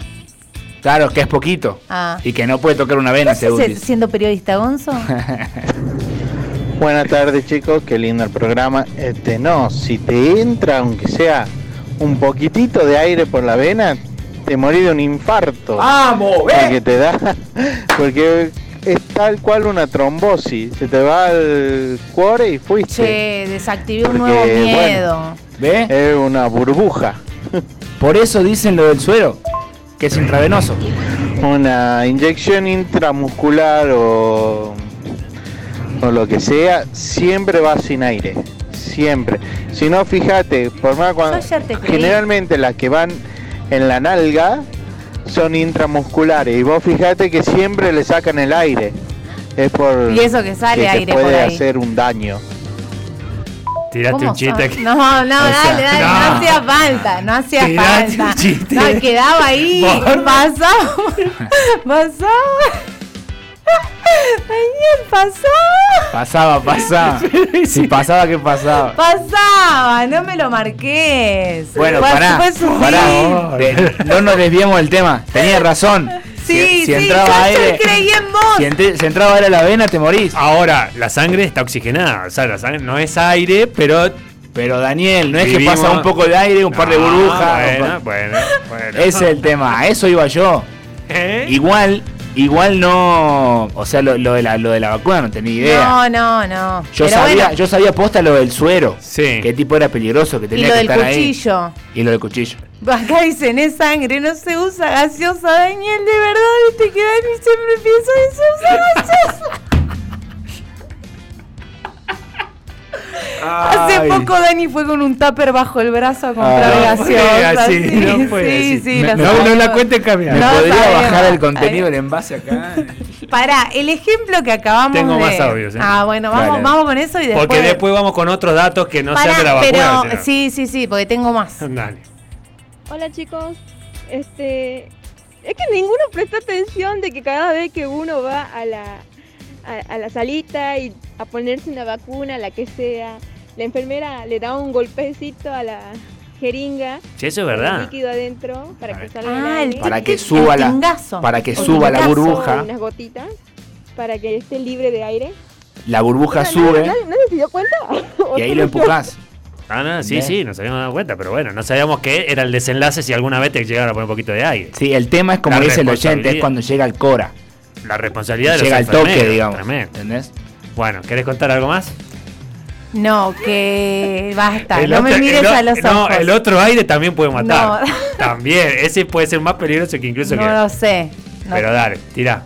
B: Claro, que es poquito.
C: Ah.
B: Y que no puede tocar una
C: ¿Qué
B: vena,
C: haces
B: según
C: eh,
B: dice.
C: siendo periodista
B: [laughs]
C: Gonzo?
E: Buenas tardes chicos, qué lindo el programa. Este no, si te entra aunque sea un poquitito de aire por la
B: Ah,
E: vena, te morís de un infarto.
B: ¡Vamos!
E: [laughs] Porque te da, porque es tal cual una trombosis. Se te va el cuore y fuiste.
C: Che, desactivé un
E: Porque,
C: nuevo
E: bueno.
C: miedo.
B: ¿Ve?
E: Es una burbuja,
B: Por eso dicen lo del suero, que es intravenoso.
E: una inyección intramuscular o, o lo que sea, siempre va sin aire. Siempre. Si no, fíjate, por más cuando,
C: Yo ya te creí.
E: generalmente las que van en la nalga son intramusculares y vos fíjate que siempre le sacan el aire. Es por
C: Y eso que sale
E: que te
C: aire por
E: puede
C: ahí.
E: hacer un daño.
A: Tiraste
C: ¿Cómo
A: un chiste
C: son?
A: aquí.
C: No,
B: [laughs]
C: no, dale, dale, no,
A: no.
C: hacía falta, no hacía
A: Tirate un
C: falta.
A: chiste.
C: No, quedaba ahí,
B: [laughs]
A: Por-
C: pasó, pasó. Daniel, pasó.
B: Pasaba, pasaba. Si pasaba, ¿qué pasaba?
C: Pasaba, no me lo marques.
B: Bueno,
C: Fue-
B: pará,
C: fue subir.
B: pará. De- no nos desviemos del tema. Tenía razón.
C: Sí,
B: si, si
C: sí, yo,
B: entraba aire,
C: yo creí en vos.
B: si, ente- si entraba aire a la vena te morís.
A: Ahora, la sangre está oxigenada. O sea, la sangre no es aire, pero.
B: Pero Daniel, no es
A: Vivimos-
B: que pasa un poco de aire, un par de
A: No,
B: burbujas.
A: Bueno,
B: un par-
A: bueno, bueno.
B: Ese es el tema, a eso iba yo.
A: [laughs] ¿Eh?
B: Igual, igual no. O sea, lo, lo de, la, lo de la vacuna no tenía idea.
C: No, no, no.
B: eh. Yo
C: Pero
B: sabía,
C: bueno,
B: yo sabía posta lo del suero.
A: Sí.
B: Qué tipo era peligroso que
C: y
B: tenía
C: lo
B: que
C: del
B: estar
C: cuchillo.
B: ahí. Y lo del cuchillo.
C: [laughs] Acá dicen, es sangre, no se usa gaseosa, Daniel, de verdad, viste que Dani siempre piensa que se usa gaseosa. Hace
B: Ay.
C: poco Dani fue con un tupper bajo el brazo a comprar
B: Ah,
A: no fue
C: gaseosa.
A: así,
C: sí,
A: no fue
C: sí,
A: así.
C: sí,
B: Me-
C: las
B: no, no
C: gaseosas.
B: la cuenten
A: cambiando.
B: ¿Me
C: No
B: podría
C: sabemos.
B: bajar el contenido
C: Ay.
B: del envase acá?
C: Pará, el ejemplo que acabamos
A: Tengo
C: de...
A: más audios, eh.
C: Ah, bueno, vamos,
B: Dale.
C: vamos con eso y después...
A: Porque después vamos con otros datos que no
C: Pará,
A: sean de la vacuna.
C: pero...
A: sino-
C: Sí, sí, sí, porque tengo más.
A: Dale.
F: Hola chicos, este es que ninguno presta atención de que cada vez que uno va a la, a, a la salita y a ponerse una vacuna, la que sea, la enfermera le da un golpecito a la jeringa,
A: Che, eso es
F: con el
A: verdad.
F: líquido adentro para que
A: Correcto.
F: salga el
C: Ah, el
F: aire.
B: Para
C: tic-
B: que
C: tic-
B: suba
C: el
B: la-
C: tingazo.
B: para que
C: O
B: suba la
C: tingazo.
B: burbuja.
F: Unas gotitas para que esté libre de aire.
B: La burbuja
F: Bueno,
B: sube
F: ¿Nadie, nadie se dio cuenta? [laughs]
B: y ahí lo empujás.
A: Ah, no, sí,
B: Bien.
A: sí, nos habíamos dado cuenta, pero bueno, no sabíamos qué era el desenlace si alguna vez te llegaron a poner un poquito de aire.
B: Sí, el tema es como
A: La
B: dice el oyente, es
A: responsabilidad.
B: cuando llega el Cora.
A: La responsabilidad de los
B: Llega al toque,
A: enfermeros,
B: digamos.
A: tremendo.
B: ¿Entendés?
A: Bueno, ¿querés contar algo más?
C: No, que basta,
A: El
C: no me
A: otro-
C: mires
A: el o-
C: a los ojos.
A: No, el otro aire también puede matar.
C: No.
A: [laughs] También, ese puede ser más peligroso que incluso que.
C: No lo sé. no
A: Pero dale, tirá.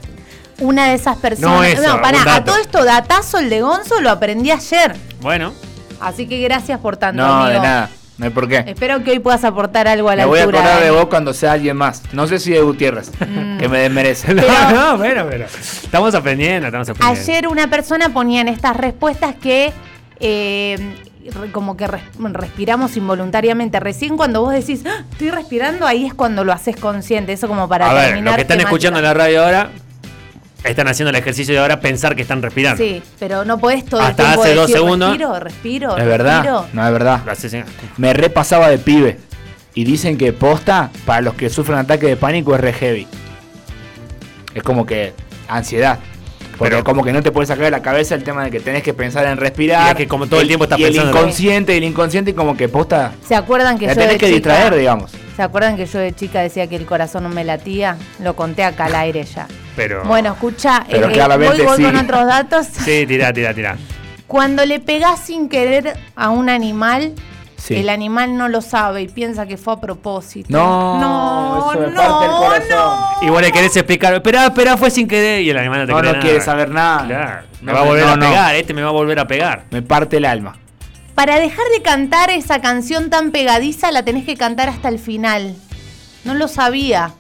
C: Una de esas personas.
A: No, eso,
C: pará,
A: un dato.
C: a todo esto datazo el de Gonzo lo aprendí ayer.
A: Bueno,
C: Así que gracias por tanto,
B: No,
C: amigo.
B: de nada. No hay por qué.
C: Espero que hoy puedas aportar algo a la
B: Me voy a
C: altura. Mm.
B: acordar de
C: Dani.
B: vos cuando sea alguien más. No sé si de Gutiérrez, que me
A: [laughs]
B: desmerece.
A: no, no, bueno, pero. Estamos aprendiendo, estamos aprendiendo.
C: Ayer una persona ponía en estas respuestas que eh, re- como que res- respiramos involuntariamente. Recién cuando vos decís, "Ah, estoy respirando, ahí es cuando lo haces consciente. Eso como para
A: a ver,
C: terminar
A: los que están
C: temática.
A: escuchando en la radio ahora están haciendo el ejercicio de ahora pensar que están respirando.
C: Sí, pero no podés todo
A: Hasta
C: el tiempo
A: hace dos
C: decir,
A: segundos.
C: Respiro,
B: [laughs]
C: respiro,
B: ¿Es verdad?
C: respiro.
B: No, es
A: Lo
B: verdad.
A: haces en-
B: Me repasaba de pibe. Y dicen que posta, para los que sufren ataque de pánico, es re heavy. Es como que ansiedad. Porque
A: Pero-
B: como que no te puedes sacar de la cabeza el tema de que tenés que pensar en respirar.
A: Y es que como todo el tiempo estás
B: y
A: pensando en-
B: El inconsciente, el inconsciente, y como que posta.
C: ¿Se acuerdan que
B: la
C: yo
B: tenés
C: de
B: que
C: chica-
B: distraer, digamos.
C: ¿Se acuerdan que yo de chica decía que el corazón no me latía? Lo conté acá al aire ya.
A: Pero.
C: Bueno, escucha,
B: Pero
C: voy,
B: claramente
C: voy
B: sí.
C: con otros datos.
A: Sí, tirá, tirá, tirá.
C: Cuando le pegás sin querer a un animal,
B: Sí.
C: el animal no lo sabe y piensa que fue a propósito.
B: No,
C: no,
B: eso me
C: no,
B: parte el corazón.
C: no.
A: Igual le querés explicar. Esperá, esperá, fue sin querer. Y el animal no te
B: No,
A: cree
B: no
A: nada.
B: quiere saber nada.
A: Claro. Me
B: No,
A: va a volver
B: no,
A: a
B: no.
A: pegar, este me va a volver a pegar.
B: Me parte el alma.
C: Para dejar de cantar esa canción tan pegadiza, la tenés que cantar hasta el final. No lo sabía.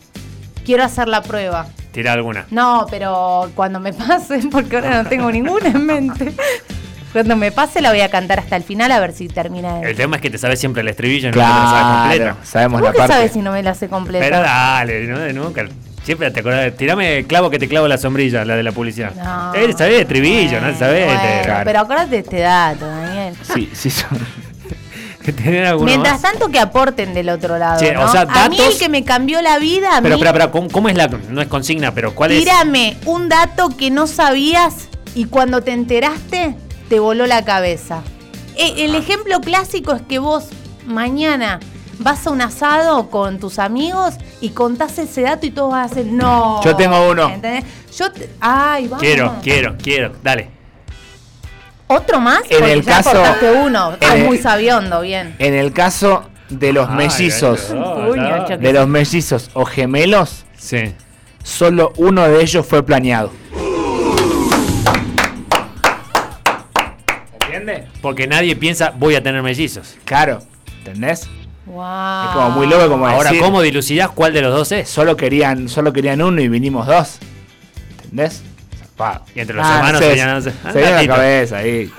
C: Quiero hacer la prueba.
A: Tirá alguna.
C: No, pero cuando me pase, [laughs] porque ahora no tengo ninguna en mente.
A: [laughs]
C: Cuando me pase la voy a cantar hasta el final a ver si termina.
A: El
C: de-
A: tema es que te sabes siempre el estribillo y no te lo sabes
B: Claro,
A: completo.
B: sabemos
C: ¿Cómo
B: la
C: que
B: parte.
C: sabes si no me la sé completa?
A: Pero dale, no, nunca. Siempre te acordás. Tirame el clavo que te clavo la sombrilla, la de la publicidad.
C: No.
A: Eh, sabés de tribillo, no
C: Bueno,
A: sabés.
C: bueno,
A: de-
C: Pero acordate de este dato, Daniel.
B: Sí,
A: [laughs]
B: sí, son-
A: ¿Tener alguno
C: Mientras
A: más?
C: tanto que aporten del otro lado.
A: Che, o
C: ¿no?
A: sea,
C: A mí
A: datos-
C: el que me cambió la vida, a
A: Pero,
C: mí,
A: espera, espera, ¿cómo, cómo es la.? No es consigna, pero ¿cuál es?
C: tírame un dato que no sabías y cuando te enteraste Eh,
A: Ah.
C: te voló la cabeza. E- el ejemplo clásico es que vos mañana vas a un asado con tus amigos y contás ese dato y todos hacen, no.
B: Yo tengo uno.
C: ¿Entendés? Yo, te- ay, vamos.
A: Quiero, quiero, quiero. Dale.
C: ¿Otro más?
B: En
C: Porque
B: el
C: ya
B: caso-
C: cortaste uno. Estás
B: en el-
C: muy sabiondo, bien.
B: En el caso de los
A: Ay,
B: mellizos,
A: ahí está.
C: Uy, Nacho,
B: de los mellizos o gemelos,
A: Sí.
B: solo uno de ellos fue planeado. ¿Entiendes?
A: Porque nadie piensa, voy a tener mellizos.
B: Claro, ¿entendés?
C: Wow.
B: Es como muy loco como
A: Ah. Ahora,
B: decir,
A: ¿cómo dilucidás cuál de los dos es?
B: Solo querían, solo querían uno y vinimos dos. ¿Entendés? Zarpado.
A: Y entre los
C: Ah,
A: hermanos
B: se-
A: serían-
B: se
A: Ah,
B: viene la
A: gatito.
B: cabeza ahí.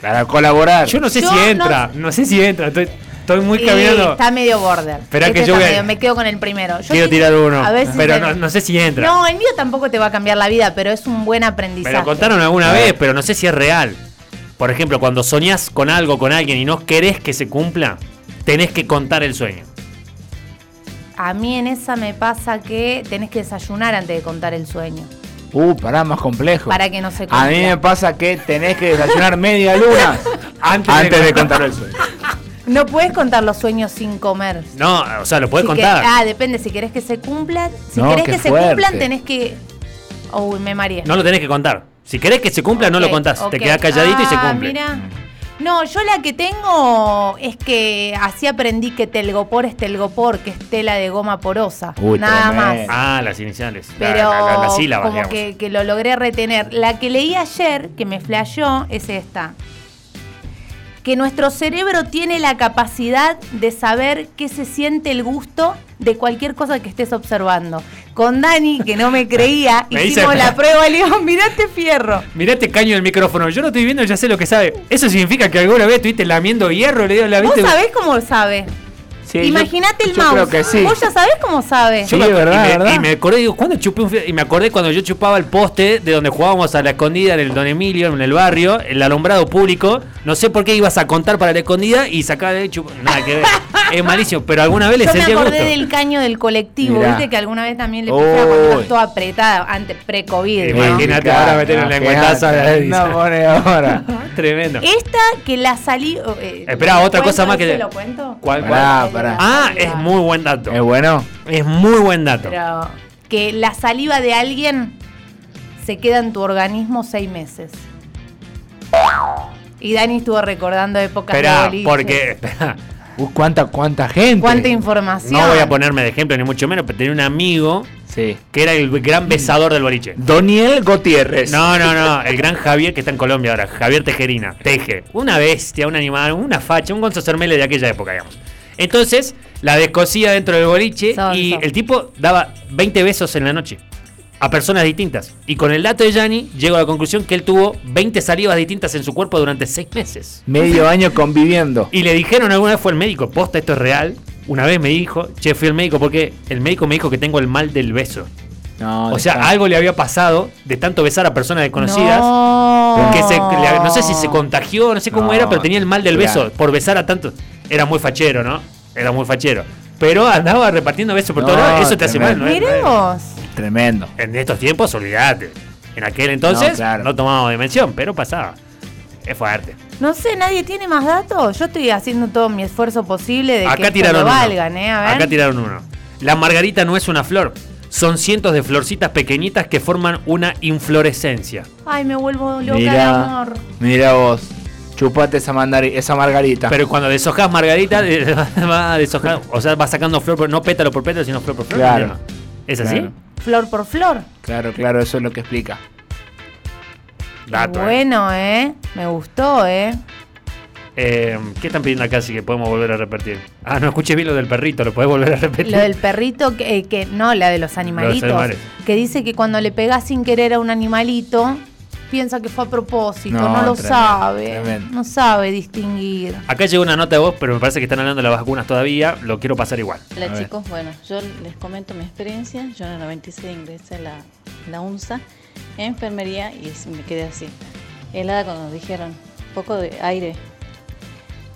B: Para colaborar.
A: Yo no sé
C: Yo
A: si
C: no-
A: entra. No, sé si entra. Estoy, estoy muy
C: Y
A: caminando.
C: Está medio border.
A: Esperá
C: Este
A: que yo
C: está
A: voy a-
C: medio- me quedo con el primero. Yo
A: Quiero
C: sí-
A: tirar uno.
C: a ver si
A: Pero
C: te-
A: no, no sé si entra.
C: No, el mío tampoco te va a cambiar la vida, pero es un buen
A: Me
C: aprendizaje.
A: lo contaron alguna
B: A ver.
A: vez, pero no sé si es real. Por ejemplo, cuando soñás con algo, con alguien y no querés que se cumpla, tenés que contar el sueño.
C: A mí en esa me pasa que tenés que desayunar antes de contar el sueño.
B: Uh, pará, más complejo.
C: Para que no se
B: A mí
C: cumpla.
B: me pasa que tenés que desayunar media
A: [laughs]
B: luna
A: Antes
B: antes,
A: de
B: de
A: contar.
B: contar el sueño.
C: No puedes contar los sueños sin comer.
A: No, o sea, lo podés
C: Si
A: contar.
C: que- ah, depende. Si querés que se cumplan, si
B: No,
C: querés
B: qué
C: que se
B: fuerte.
C: cumplan, tenés que. Uy, me mareé.
A: No lo tenés que contar. Si querés que se cumpla, no lo
C: Ok,
A: contás.
C: ok.
A: Te quedás calladito y se
C: Ah,
A: cumple.
C: mirá. No, yo la que tengo es que así aprendí que telgopor es telgopor, que es tela de goma porosa.
B: Uy,
C: nada
B: tremendo.
C: más.
A: Ah, las iniciales. La-
C: Pero
A: la- la- las sílabas,
C: como
A: digamos.
C: que, que lo logré retener. La que leí ayer, que me flasheó, es esta. Que nuestro cerebro tiene la capacidad de saber qué se siente el gusto de cualquier cosa que estés observando. Con Dani, que
A: [laughs]
C: no me creía,
A: Me dice-
C: hicimos la prueba, le digo, mirá este fierro.
A: Mirá este caño del micrófono. Yo no estoy viendo, ya sé lo que sabe. Eso significa que alguna vez estuviste lamiendo hierro, le digo, la
C: ¿Vos
A: viste-
C: sabés cómo sabe?
B: Sí,
C: Imagínate
B: yo-
C: el
B: yo
C: mouse.
B: creo que sí.
C: Vos ya sabés cómo sabe.
B: Sí,
A: Yo me acu-
B: verdad,
A: y me,
B: verdad.
A: y me acordé, digo, ¿cuándo chupé un fierro? Y me acordé cuando yo chupaba el poste de donde jugábamos a la escondida en el Don Emilio, en el barrio, el alumbrado público. No sé por qué ibas a contar para la escondida y sacaba de chup... Nada que ver. es malísimo, pero alguna vez le
C: Yo me
A: sentí
C: acordé
A: gusto.
C: del caño del colectivo,
B: Mirá.
C: viste que alguna vez también le puse cuando
B: Uy.
C: estás toda apretada, antes pre-COVID. ¿no?
A: Imagínate. ahora meter en la encuentaza de Edison.
B: No pone ahora.
A: [laughs] Tremendo.
C: Esta que la salí. eh,
A: Esperá,
C: ¿lo
A: otra
C: cuento?
A: cosa más que
C: ¿Este
A: te-
C: lo cuento?
A: ¿Cuál, cuál?
B: Pará, pará.
A: Ah, es muy buen dato.
B: ¿Es bueno?
A: Es muy buen dato.
C: Pero que la saliva de alguien se queda en tu organismo seis meses. Y Dani estuvo recordando épocas de
A: Esperá,
C: boliche.
A: porque... esperá.
B: Uh, ¿cuánta, ¿Cuánta gente?
C: Cuánta información.
A: No voy a ponerme de ejemplo, ni mucho menos, pero tenía un amigo
B: Sí.
A: que era el
B: Mm.
A: gran besador del boliche.
B: Doniel Gutiérrez.
A: No, no, no, el gran Javier que está en Colombia ahora, Javier Tejerina, Teje. Una bestia, un animal, una facha, un Gonzo Cermele de aquella época, digamos. Entonces, la descosía dentro del boliche
C: Sonso.
A: y el tipo daba 20 besos en la noche a personas distintas. Y con el dato de Yanni, llego a la conclusión que él tuvo 20 salivas distintas en su cuerpo durante 6 meses.
B: Medio año conviviendo.
A: Y le dijeron alguna vez fue el médico, posta, esto es real. Una vez me dijo, che, fui al médico porque el médico me dijo que tengo el mal del beso.
B: No,
A: o sea,
B: dejá.
A: algo le había pasado de tanto besar a personas desconocidas.
C: No.
A: Que se, le- no sé si se contagió, no sé cómo
B: Oh. No,
A: era, pero tenía el mal del beso
B: claro.
A: por besar a tantos. Era muy fachero, ¿no? Era muy fachero. Pero andaba repartiendo besos por
B: No,
A: todos lados. Eso te hace mal,
B: tremendo.
A: ¿no? es-
C: Mirá
A: no
C: vos.
B: Tremendo.
A: es- En estos tiempos, olvídate. En aquel entonces no,
B: No, claro.
A: tomábamos dimensión, pero pasaba. Es fuerte.
C: No sé, ¿nadie tiene más datos? Yo estoy haciendo todo mi esfuerzo posible de que
A: Acá
C: esto
A: tiraron
C: lo
A: uno.
C: valgan, ¿eh? A ver.
A: Acá tiraron uno. La margarita no es una flor. Son cientos de florcitas pequeñitas que forman una inflorescencia.
C: Ay, me vuelvo Oh, loca de
B: Mira,
C: amor.
B: mira vos. Chupate esa, mandari- esa margarita.
A: Pero cuando deshojas margarita, [laughs] de- va a deshojar, o sea, va sacando flor, por, no pétalo por pétalo, sino flor por flor.
B: Claro.
A: ¿no? ¿Es así?
B: Claro.
C: Flor por flor.
B: Claro, claro, eso es lo que explica.
A: Dato. eh.
C: bueno, ¿eh? Me gustó, ¿eh?
A: Eh, ¿Qué están pidiendo acá si que podemos volver a repetir? Ah, no escuché bien lo del perrito, lo podés volver a repetir.
C: Lo del perrito, que, eh, que- no, la de los animalitos.
A: animales.
C: que dice que cuando le pegás sin querer a un animalito, piensa que fue a propósito. No,
B: No,
C: lo
B: tremendo,
C: sabe.
B: tremendo.
C: No sabe distinguir.
A: Acá llegó una nota de vos, pero me parece que están hablando de las vacunas todavía. Lo quiero pasar igual.
B: A
G: Hola
B: ver.
G: chicos, bueno, yo les comento mi experiencia. Yo en el 96 ingresé a la, la UNSA en enfermería y s- me quedé así, helada cuando nos dijeron poco de aire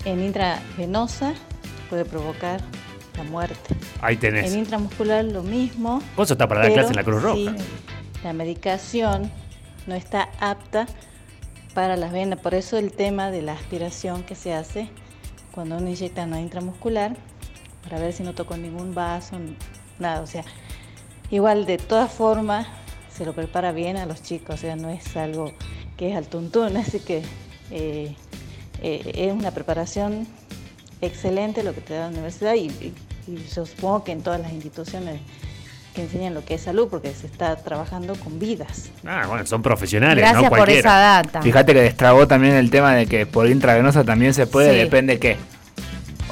G: en intravenosa puede provocar la muerte.
A: Ahí tenés.
G: En intramuscular lo mismo.
A: Vos está para dar
G: pero
A: clase en la Cruz Roja.
G: sí, la medicación no está apta para las venas, por eso el tema de la aspiración que se hace cuando uno inyecta no intramuscular para ver si no tocó ningún vaso, n- nada. O sea, igual de todas formas se lo prepara bien a los chicos, o sea, no es algo que es al tuntún, [laughs] así que eh, eh, es una preparación excelente lo que te da la universidad y, y- y yo supongo que en todas las instituciones que enseñan lo que es salud, porque se está trabajando con vidas.
A: Ah, bueno, son profesionales,
C: Gracias
A: no
C: por esa
A: cualquiera.
C: data.
B: Fíjate que destrabó también el tema de que por intravenosa también se puede,
C: Sí.
B: depende qué.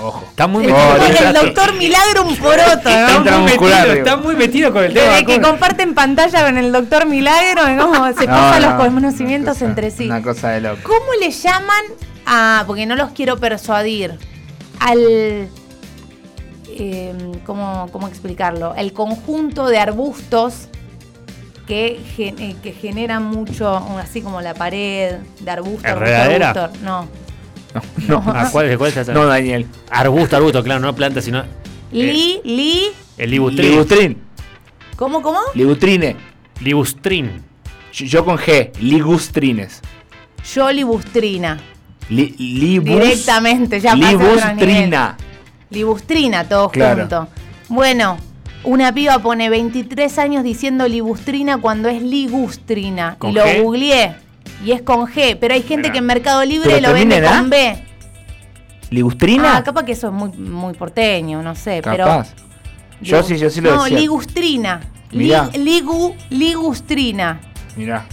B: Ojo.
A: Está muy
C: El,
B: Oh,
A: metido.
C: doctor- el
B: exacto.
C: doctor Milagro un poroto,
A: Está
C: ¿no?
A: muy
B: Intramuscular,
A: metido,
B: digo.
A: está muy metido con [laughs] el tema.
C: Desde que
A: vacuna.
C: comparten pantalla con el doctor Milagro, es como se
B: No,
C: pasan
B: no,
C: los conocimientos
B: una cosa-
C: entre sí.
B: Una cosa de loco.
C: ¿Cómo le llaman a.? Porque no los quiero persuadir. Al. eh, ¿cómo, cómo explicarlo? El conjunto de arbustos que, gen- eh, que generan mucho. Así como la pared de arbusto. arbusto,
A: ¿Enredadera?
C: arbusto. No.
B: No,
A: ¿A Ah, cuál, de cuál estás
B: [laughs] no,
A: hablando?
B: Daniel.
A: Arbusto, arbusto, claro, no planta, sino
B: Eh.
C: Li, li.
A: el libustrin.
B: Ligustrin.
C: ¿Cómo, cómo?
B: Ligutrine.
A: Libustrin.
B: Yo, yo con G. Ligustrines.
C: Yolibustrina.
B: Li- libus-
C: Directamente, ya pasa a otro
B: Libustrina.
C: Libustrina, todos
B: Claro.
C: juntos. Bueno, una piba pone 23 años diciendo libustrina cuando es ligustrina.
A: ¿Con
C: y lo
A: G?
C: googleé. Y es con G, pero hay gente
A: Mirá.
C: que en Mercado Libre
B: ¿Pero
C: lo
B: termina
C: vende
B: en A?
C: con B.
B: ¿Ligustrina?
C: Ah, capaz que eso es muy, muy porteño, no sé. Pero,
B: Capaz. Yo sí, yo sí lo
C: no,
B: decía.
C: ligustrina. Li-
B: Mirá.
C: ligu, ligustrina.
B: Mirá.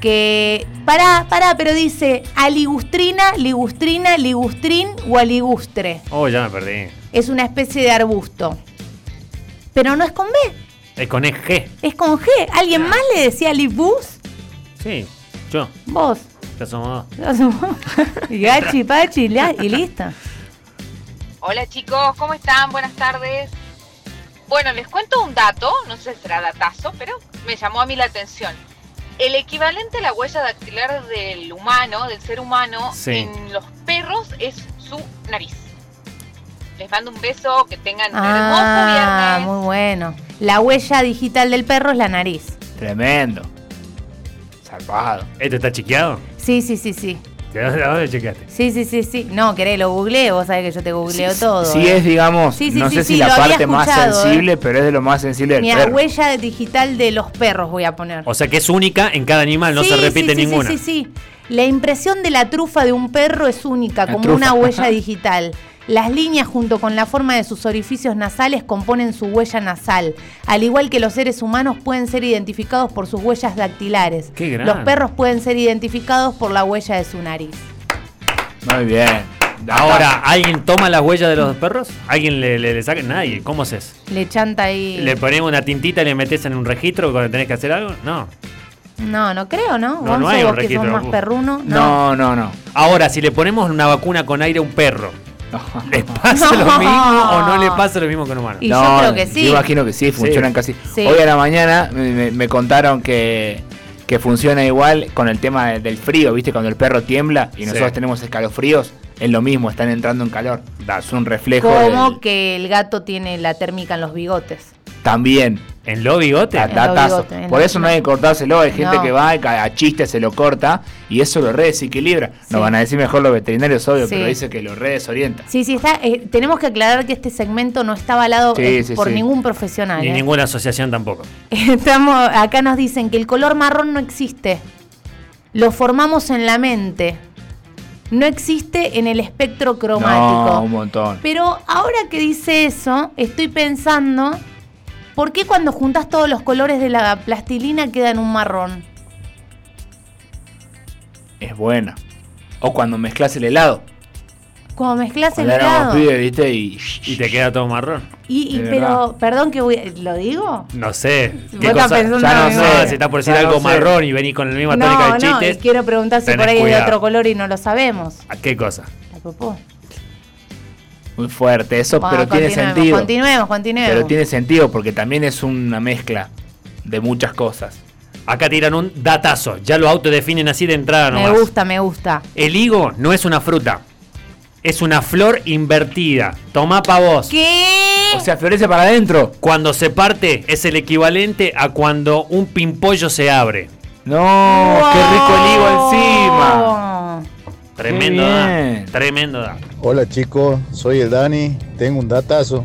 C: Que, pará, pará, pero dice a ligustrina, ligustrina, ligustrin o aligustre.
A: Oh, ya me perdí.
C: Es una especie de arbusto. Pero no es con B,
A: Es con E EG.
C: es con G. ¿Alguien más le decía libus?
A: Sí, yo.
C: Vos. [laughs]
A: Ya somos dos.
C: Y Gachi, pachi, la- y listo.
H: Hola chicos, ¿cómo están? Buenas tardes. Bueno, les cuento un dato, no sé si será datazo, pero me llamó a mí la atención. El equivalente a la huella dactilar del humano, del ser humano,
A: Sí.
H: en los perros es su nariz. Les mando un beso, que tengan un
C: Ah,
H: hermoso viernes.
C: muy bueno. La huella digital del perro es la nariz.
B: Tremendo. Salvado.
A: ¿Este está chequeado?
C: Sí, sí, sí, sí.
A: ¿De dónde- de dónde chequeaste?
C: Sí, sí, sí, sí. No, querés, lo googleé, vos sabés que yo te googleo
B: Sí,
C: todo.
B: Sí,
C: ¿eh?
B: es, digamos,
C: Sí, sí,
B: no
C: sí,
B: sé
C: sí,
B: si
C: lo
B: la
C: había
B: parte más
C: escuchado, eh.
B: sensible, pero es de lo más sensible del
C: Mira,
B: perro.
C: huella digital de los perros voy a poner.
A: O sea que es única en cada animal, no
C: Sí,
A: se
C: sí,
A: repite
C: sí, sí,
A: ninguna.
C: Sí, sí, La impresión de la trufa de un perro es única,
B: La
C: como
B: trufa. [laughs]
C: una huella digital. Las líneas junto con la forma de sus orificios nasales componen su huella nasal. Al igual que los seres humanos pueden ser identificados por sus huellas dactilares.
A: Qué gran.
C: Los perros pueden ser identificados por la huella de su nariz.
B: Muy bien.
A: Ahora, ¿alguien toma las huellas de los perros? ¿Alguien le, le- le saca? Nadie. ¿Cómo haces?
C: Le chanta ahí.
A: ¿Le ponemos una tintita y le metes en un registro cuando tenés que hacer algo? No.
C: No, no creo, ¿no?
A: No, no hay un
C: vos que
A: registro.
C: sos más perruno.
B: No, no, no.
A: Ahora, si le ponemos una vacuna con aire a un perro, ¿le pasa lo
C: No.
A: mismo o no le pasa lo mismo que a un humano?
C: Y yo creo que sí.
B: Yo imagino que sí, funcionan casi.
C: Sí.
B: Hoy a la mañana me, me- me contaron que, que funciona igual con el tema de- del frío, ¿viste? Cuando el perro tiembla y
A: Sí.
B: nosotros tenemos escalofríos, es lo mismo, están entrando en calor. Es un reflejo.
C: Como
B: del-
C: que el gato tiene la térmica en los bigotes.
B: También.
A: ¿En lo bigote?
B: Da-
C: En
B: da
C: los
B: tazo.
C: bigotes, en
B: Por
C: los-
B: eso no hay que cortárselo. Hay gente
C: No.
B: que va y ca- a chiste se lo corta y eso lo redesequilibra.
C: Sí.
B: Nos van a decir mejor los veterinarios, obvio,
C: Sí.
B: pero dice que lo redesorienta.
C: Sí, sí, está, eh, tenemos que aclarar que este segmento no está avalado
B: Sí,
C: eh,
B: sí,
C: por
B: sí.
C: ningún profesional.
A: Ni
C: eh.
A: ninguna asociación tampoco.
C: [laughs] Estamos, acá nos dicen que el color marrón no existe. Lo formamos en la mente. No existe en el espectro
B: No,
C: cromático.
B: un montón.
C: Pero ahora que dice eso, estoy pensando, ¿por qué cuando juntas todos los colores de la plastilina queda en un marrón?
B: Es buena. O cuando mezclas el helado.
C: Cuando mezclas el
B: Cuando éramos
C: helado.
B: pibes, ¿viste? Y,
A: ¿Y te queda todo marrón?
C: Y, y-
B: Es
C: pero,
B: verdad.
C: perdón que voy, ¿lo digo?
A: No sé.
C: Vos estás pensando
A: ya no
C: en
A: sé,
C: algo.
A: si estás por decir
B: Ya no
A: algo
B: sé.
A: marrón y venís con la misma tónica
C: No,
A: de
C: no, y
A: chistes.
C: quiero preguntar si
A: tenés
C: por ahí es de
A: cuidado.
C: otro color y no lo sabemos.
A: ¿A qué cosa?
C: La popó.
B: Muy fuerte eso,
C: Bueno,
B: pero tiene
C: continuemos,
B: sentido.
C: Continuemos, continuemos.
B: Pero tiene sentido porque también es una mezcla de muchas cosas.
A: Acá tiran un datazo. Ya lo autodefinen así de entrada
C: me
A: nomás.
C: gusta, me gusta.
A: El higo no es una fruta. Es una flor invertida. Tomá pa' vos.
C: ¿Qué?
B: O sea, florece para adentro.
A: Cuando se parte es el equivalente a cuando un pimpollo se abre.
B: No, qué rico el higo encima.
A: Tremendo
B: Qué
A: da.
B: bien.
A: Tremendo da.
I: Hola chicos, soy el Dani, tengo un datazo.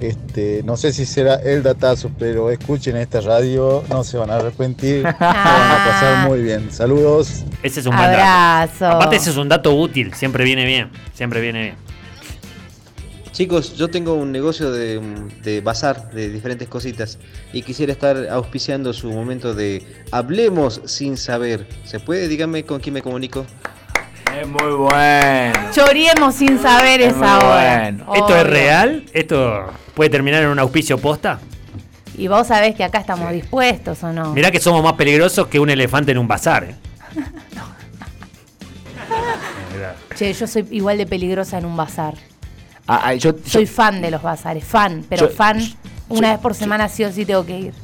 E: Este, no sé si será el datazo, pero escuchen esta radio, no se van a arrepentir,
C: Ah.
B: [laughs]
E: la van a pasar muy bien. Saludos.
A: Ese es un buen dato.
C: Abrazo.
A: Aparte, ese es un dato útil. Siempre viene bien. Siempre viene bien.
D: Chicos, yo tengo un negocio de, de bazar de diferentes cositas y quisiera estar auspiciando su momento de Hablemos sin saber. ¿Se puede? Dígame con quién me comunico.
B: Es muy bueno.
C: Choriemos sin saber
B: Es muy
C: esa hora.
B: bueno.
A: ¿Esto
C: Obvio.
A: es real? ¿Esto puede terminar en un auspicio posta?
C: Y vos sabés que acá estamos dispuestos o no.
A: Mirá que somos más peligrosos que un elefante en un bazar. ¿eh?
C: Che, yo soy igual de peligrosa en un bazar.
B: Ah, ah, yo, yo-
C: Soy fan de los bazares, fan, pero
B: Yo-
C: fan
B: yo-
C: una vez por semana sí o sí tengo que ir.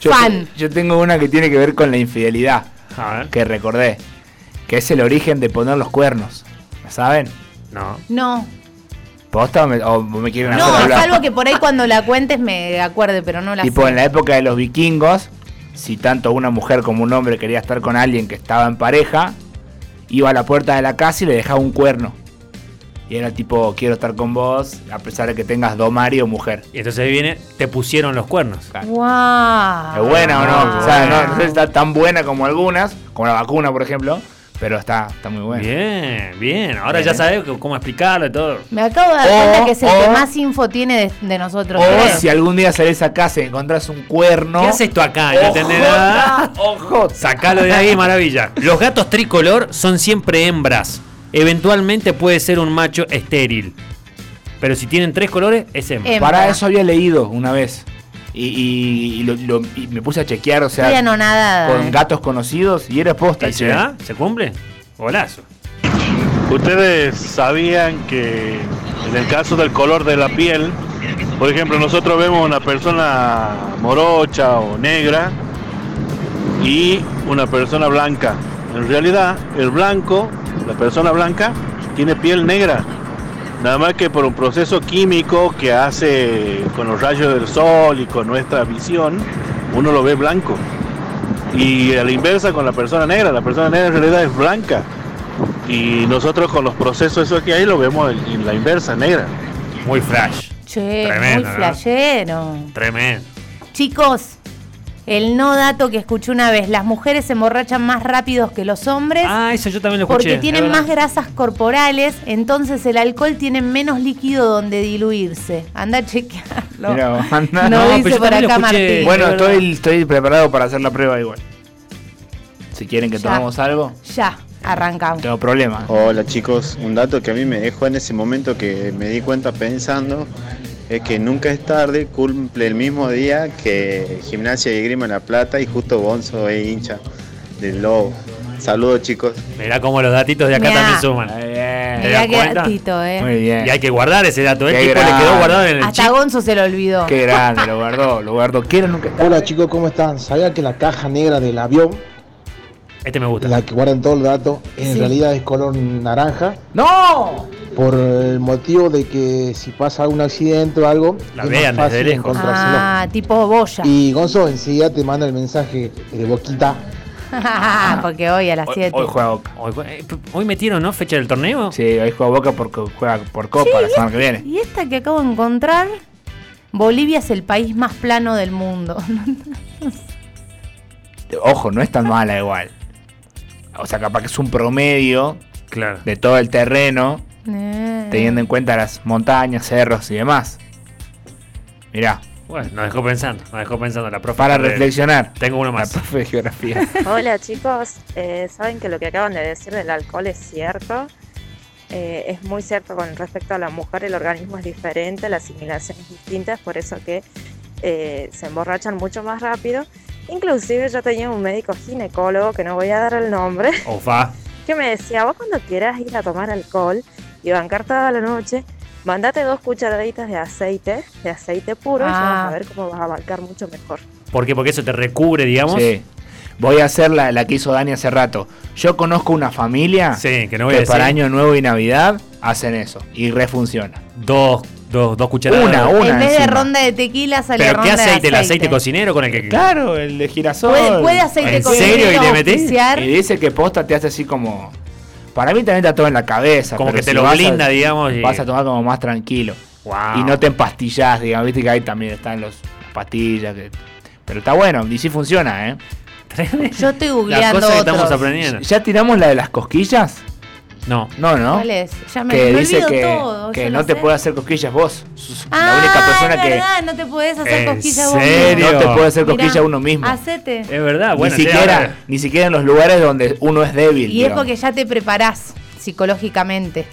B: yo-
C: fan.
B: yo tengo una que tiene que ver con la infidelidad,
A: A ver.
B: que recordé, que es el origen de poner los cuernos. ¿La ¿Saben?
A: No.
C: No,
B: ¿Posta o me, o me quieren hacer
C: no,
B: hablar?
C: salvo que por ahí cuando la cuentes me acuerde, pero no la
B: Tipo,
C: sé.
B: en la época de los vikingos, si tanto una mujer como un hombre quería estar con alguien que estaba en pareja, iba a la puerta de la casa y le dejaba un cuerno. Y era tipo, quiero estar con vos, a pesar de que tengas dos maridos o mujer.
A: Y entonces ahí viene, te pusieron los cuernos.
C: Wow.
B: ¿Es buena o no?
A: Ah.
B: O sea, no, no sé si está tan buena como algunas, como la vacuna, por ejemplo, pero está, está muy buena.
A: Bien, bien. Ahora
B: Bien,
A: ya
B: ¿eh?
A: sabes c- cómo explicarlo y todo.
C: Me acabo de dar
B: O-
C: cuenta que es el que
B: o-
C: más info tiene de, de nosotros.
B: O
C: tres.
B: si algún día salís a casa y encontrás un cuerno.
A: ¿Qué haces tú acá? No entendés nada.
B: [laughs] ¡Ojota! ¡Ojota!
A: Sacalo de ahí, maravilla. Los gatos tricolor son siempre hembras. Eventualmente puede ser un macho estéril. Pero si tienen tres colores, es hembra.
C: Hembra.
B: Para eso había leído una vez. Y, y- y lo- y lo- y me puse a chequear, o
C: Estoy
B: sea,
C: anonadada.
B: con
C: eh.
B: gatos conocidos y era posta.
A: ¿Y se
B: che.
A: da? ¿Se cumple? Golazo.
H: Ustedes sabían que en el caso del color de la piel, por ejemplo, nosotros vemos una persona morocha o negra y una persona blanca. En realidad, el blanco, la persona blanca, tiene piel negra. Nada más que por un proceso químico que hace con los rayos del sol y con nuestra visión, uno lo ve blanco. Y a la inversa con la persona negra, la persona negra en realidad es blanca. Y nosotros con los procesos eso que hay lo vemos en, en la inversa, negra.
A: Muy flash.
C: Che,
A: Tremendo,
C: muy
A: ¿no?
C: flashero.
A: Tremendo.
C: Chicos, el no dato que escuché una vez, las mujeres se emborrachan más rápidos que los hombres
A: Ah, eso yo también lo escuché.
C: porque
A: es
C: tienen
A: verdad.
C: más grasas corporales, entonces el alcohol tiene menos líquido donde diluirse. Anda a chequearlo.
B: Mirá vos, anda.
C: no,
A: No, pero
C: dice
A: yo
C: por
A: también lo
C: acá
A: escuché.
C: Martín.
B: bueno,
A: es verdad.
B: estoy, estoy preparado para hacer la prueba igual. Si quieren que
C: Ya.
B: tomemos algo,
C: Ya, arrancamos.
B: tengo problema.
E: Hola chicos, un dato que a mí me dejó en ese momento que me di cuenta pensando es que nunca es tarde, cumple el mismo día que Gimnasia y Grima La Plata y justo Bonzo es hincha del Lobo. Saludos chicos.
A: Mirá cómo los datitos de acá
C: Mirá.
A: también
B: Muy
A: suman.
B: bien.
A: ¿Te
C: Mirá
A: das
C: qué
A: cuenta?
C: gatito, eh.
B: Muy bien.
A: Y hay que guardar ese dato. ¿eh? El
B: Qué
A: tipo le
B: grande.
A: quedó guardado en el
C: Hasta
A: chip.
C: Gonzo se lo olvidó.
B: Qué grande, lo guardó, lo guardó. ¿Qué era nunca?
J: Hola chicos, ¿cómo están? ¿Sabían que la caja negra del avión,
A: Este me gusta.
J: la que guardan todos los datos, en
C: Sí.
J: realidad es color naranja?
B: ¡No!
J: Por el motivo de que si pasa algún accidente o algo,
A: La
J: es
A: vean
J: más
A: desde
J: fácil
A: lejos.
J: encontrárselo.
C: Ah, tipo boya.
J: Y Gonzo enseguida te manda el mensaje de boquita.
C: [laughs] porque hoy a las
B: Hoy,
C: 7.
B: hoy juega Boca.
A: Hoy, eh, hoy metieron, ¿no? Fecha del torneo.
B: Sí, hoy juega Boca porque juega por Copa la semana que viene.
C: Y esta que acabo de encontrar, Bolivia es el país más plano del mundo. [laughs]
B: Ojo, no es tan mala igual. O sea, capaz que es un promedio
A: Claro.
B: de todo el terreno,
C: Eh.
B: teniendo en cuenta las montañas, cerros y demás. Mirá,
A: Bueno, nos dejó pensando. Nos dejó pensando la profe.
B: para
A: Carrera.
B: reflexionar.
A: Tengo uno
B: La
A: más.
B: profe de
A: [laughs]
B: geografía.
G: Hola chicos, Eh, saben que lo que acaban de decir del alcohol es cierto, Eh, es muy cierto con respecto a la mujer, el organismo es diferente, la asimilación es distinta, es por eso que eh, se emborrachan mucho más rápido. Inclusive yo tenía un médico ginecólogo, que no voy a dar el nombre,
A: Ofa.
G: que me decía, vos cuando quieras ir a tomar alcohol y bancar toda la noche, mandate dos cucharaditas de aceite, de aceite puro, y ya vas
C: Ah.
G: a ver cómo vas a bancar mucho mejor.
A: ¿Por qué? Porque eso te recubre, digamos.
B: Sí. Voy a hacer la, la que hizo Dani hace rato. Yo conozco una familia
A: Ah. Sí, que no voy a
B: que
A: decir.
B: para Año Nuevo y Navidad hacen eso. Y refunciona.
A: Dos, dos, dos cucharadas.
B: Una, una.
C: en vez de
B: encima.
C: ronda de tequila sale
A: ¿Pero
C: ronda
A: qué
C: de
A: aceite? ¿El aceite cocinero con el que.?
B: Claro, el de girasol.
C: ¿Puede, puede aceite
A: ¿En
C: cocinero
A: serio? ¿Y le metés?
C: oficiar?
B: Y dice que posta te hace así como. Para mí también está todo en la cabeza.
A: Como
B: pero
A: que te
B: si
A: lo
B: vas a-
A: blinda, digamos. y- Ah.
B: Vas a tomar como más tranquilo. Y no te empastillas, digamos, viste que ahí también están los, las pastillas. que- pero está bueno, y sí funciona, ¿eh?
C: Yo estoy
A: Las
C: googleando
A: cosas que
C: otros.
A: estamos aprendiendo.
B: ¿Ya tiramos la de las cosquillas?
A: No.
B: No, no.
C: ¿Cuál es? Ya me,
B: que
C: me
B: dice
C: olvido
B: que,
C: todo.
B: que
C: yo
B: no
C: lo
B: te
C: sé.
B: puede hacer cosquillas vos. Sos
C: Ah,
B: la única persona
C: es
B: que.
C: verdad, no te podés hacer
B: ¿En
C: cosquillas vos
B: serio?
C: mismo.
B: No te podés hacer cosquillas
C: Mirá, Ah,
B: uno mismo.
C: Hacete.
A: verdad,
B: ni siquiera, ni siquiera en los lugares donde uno es débil.
C: Y es
B: digamos.
C: porque ya te preparás psicológicamente.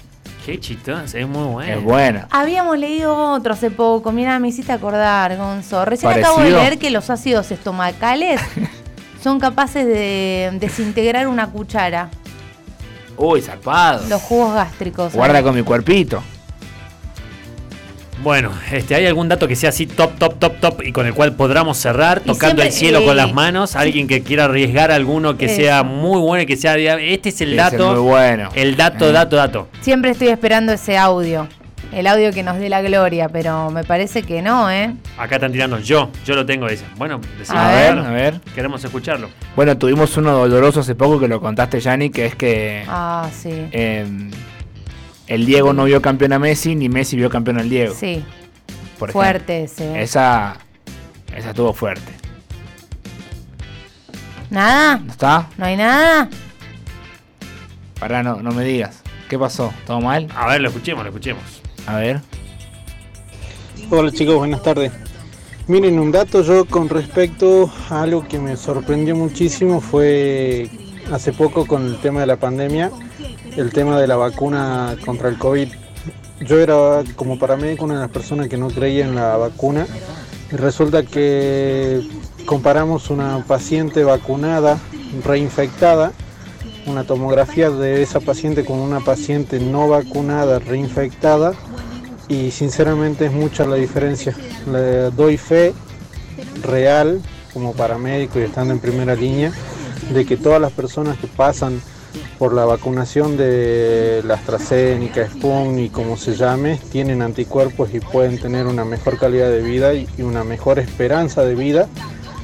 A: Qué chitón, es muy bueno.
B: Es buena.
C: Habíamos leído otro hace poco. Mira, me hiciste acordar, Gonzo. Recién
B: Parecido.
C: acabo de leer que los
B: [laughs]
C: ácidos estomacales son capaces de desintegrar una cuchara.
B: Uy, zarpado.
C: Los jugos gástricos.
B: Guarda con mi cuerpito.
A: Bueno, este, ¿hay algún dato que sea así top, top, top, top y con el cual podamos cerrar
C: Y
A: tocando
C: siempre,
A: el cielo
C: eh,
A: con las manos? Alguien que quiera arriesgar alguno que
C: Eso.
A: sea muy bueno y que sea... diga, Este es el
B: Ese es
A: dato.
B: muy bueno.
A: El dato, dato, dato.
C: Siempre estoy esperando ese audio. El audio que nos dé la gloria, pero me parece que no, ¿eh?
A: Acá están tirando yo, yo lo tengo, dicen. Bueno, decimos,
B: A ver, a ver.
A: Queremos escucharlo.
B: Bueno, tuvimos uno doloroso hace poco que lo contaste, Yanni, que es que
C: Ah, sí.
B: eh, el Diego no vio campeón a Messi, ni Messi vio campeón al Diego.
C: Sí.
B: por ejemplo.
C: Fuerte ese. ¿eh?
B: Esa, esa estuvo fuerte.
C: ¿Nada?
B: ¿No está?
C: ¿No hay nada?
B: Pará, no, no me digas. ¿Qué pasó? ¿Todo mal?
A: A ver, lo escuchemos, lo escuchemos.
B: A ver.
K: Hola chicos, buenas tardes. Miren, un dato yo con respecto a algo que me sorprendió muchísimo fue hace poco con el tema de la pandemia, el tema de la vacuna contra el COVID. Yo era como paramédico una de las personas que no creía en la vacuna y resulta que comparamos una paciente vacunada, reinfectada, una tomografía de esa paciente con una paciente no vacunada, reinfectada, y sinceramente es mucha la diferencia. Le doy fe real como paramédico y estando en primera línea de que todas las personas que pasan por la vacunación de la AstraZeneca, Sputnik, como se llame, tienen anticuerpos y pueden tener una mejor calidad de vida y y una mejor esperanza de vida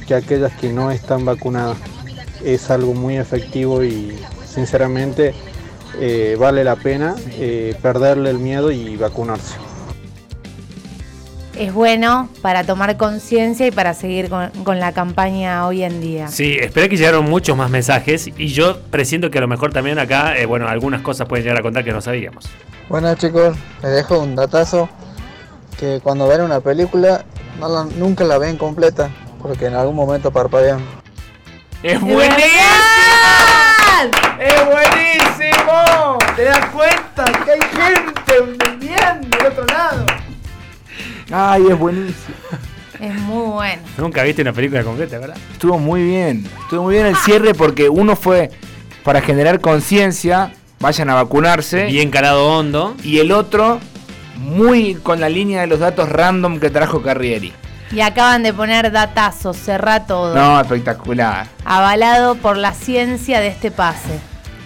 K: que aquellas que no están vacunadas. Es algo muy efectivo y sinceramente eh, vale la pena eh, perderle el miedo y vacunarse.
C: Es bueno para tomar conciencia y para seguir con, con la campaña hoy en día.
A: Sí, esperé que llegaron muchos más mensajes y yo presiento que a lo mejor también acá, eh, bueno, algunas cosas pueden llegar a contar que no sabíamos.
L: Bueno chicos, les dejo un datazo que cuando ven una película no la- nunca la ven completa porque en algún momento parpadean.
B: ¡Es buenísimo! ¡Es buenísimo! ¿Te das cuenta que hay gente bien del otro lado? Ay, es buenísimo.
C: Es muy bueno.
A: Nunca viste una película completa, ¿verdad?
B: Estuvo muy bien. Estuvo muy bien el cierre porque uno fue para generar conciencia, vayan a vacunarse.
A: Bien calado hondo.
B: Y el otro, muy con la línea de los datos random que trajo Carrieri.
C: Y acaban de poner datazos, cerrá todo.
B: No, espectacular.
C: Avalado por la ciencia de este pase.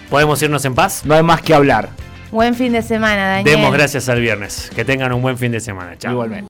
A: ¿Podemos irnos en paz?
B: No hay más que hablar.
C: Buen fin de semana, Daniel.
A: Demos gracias al viernes. Que tengan un buen fin de semana. Chao.
B: Igualmente.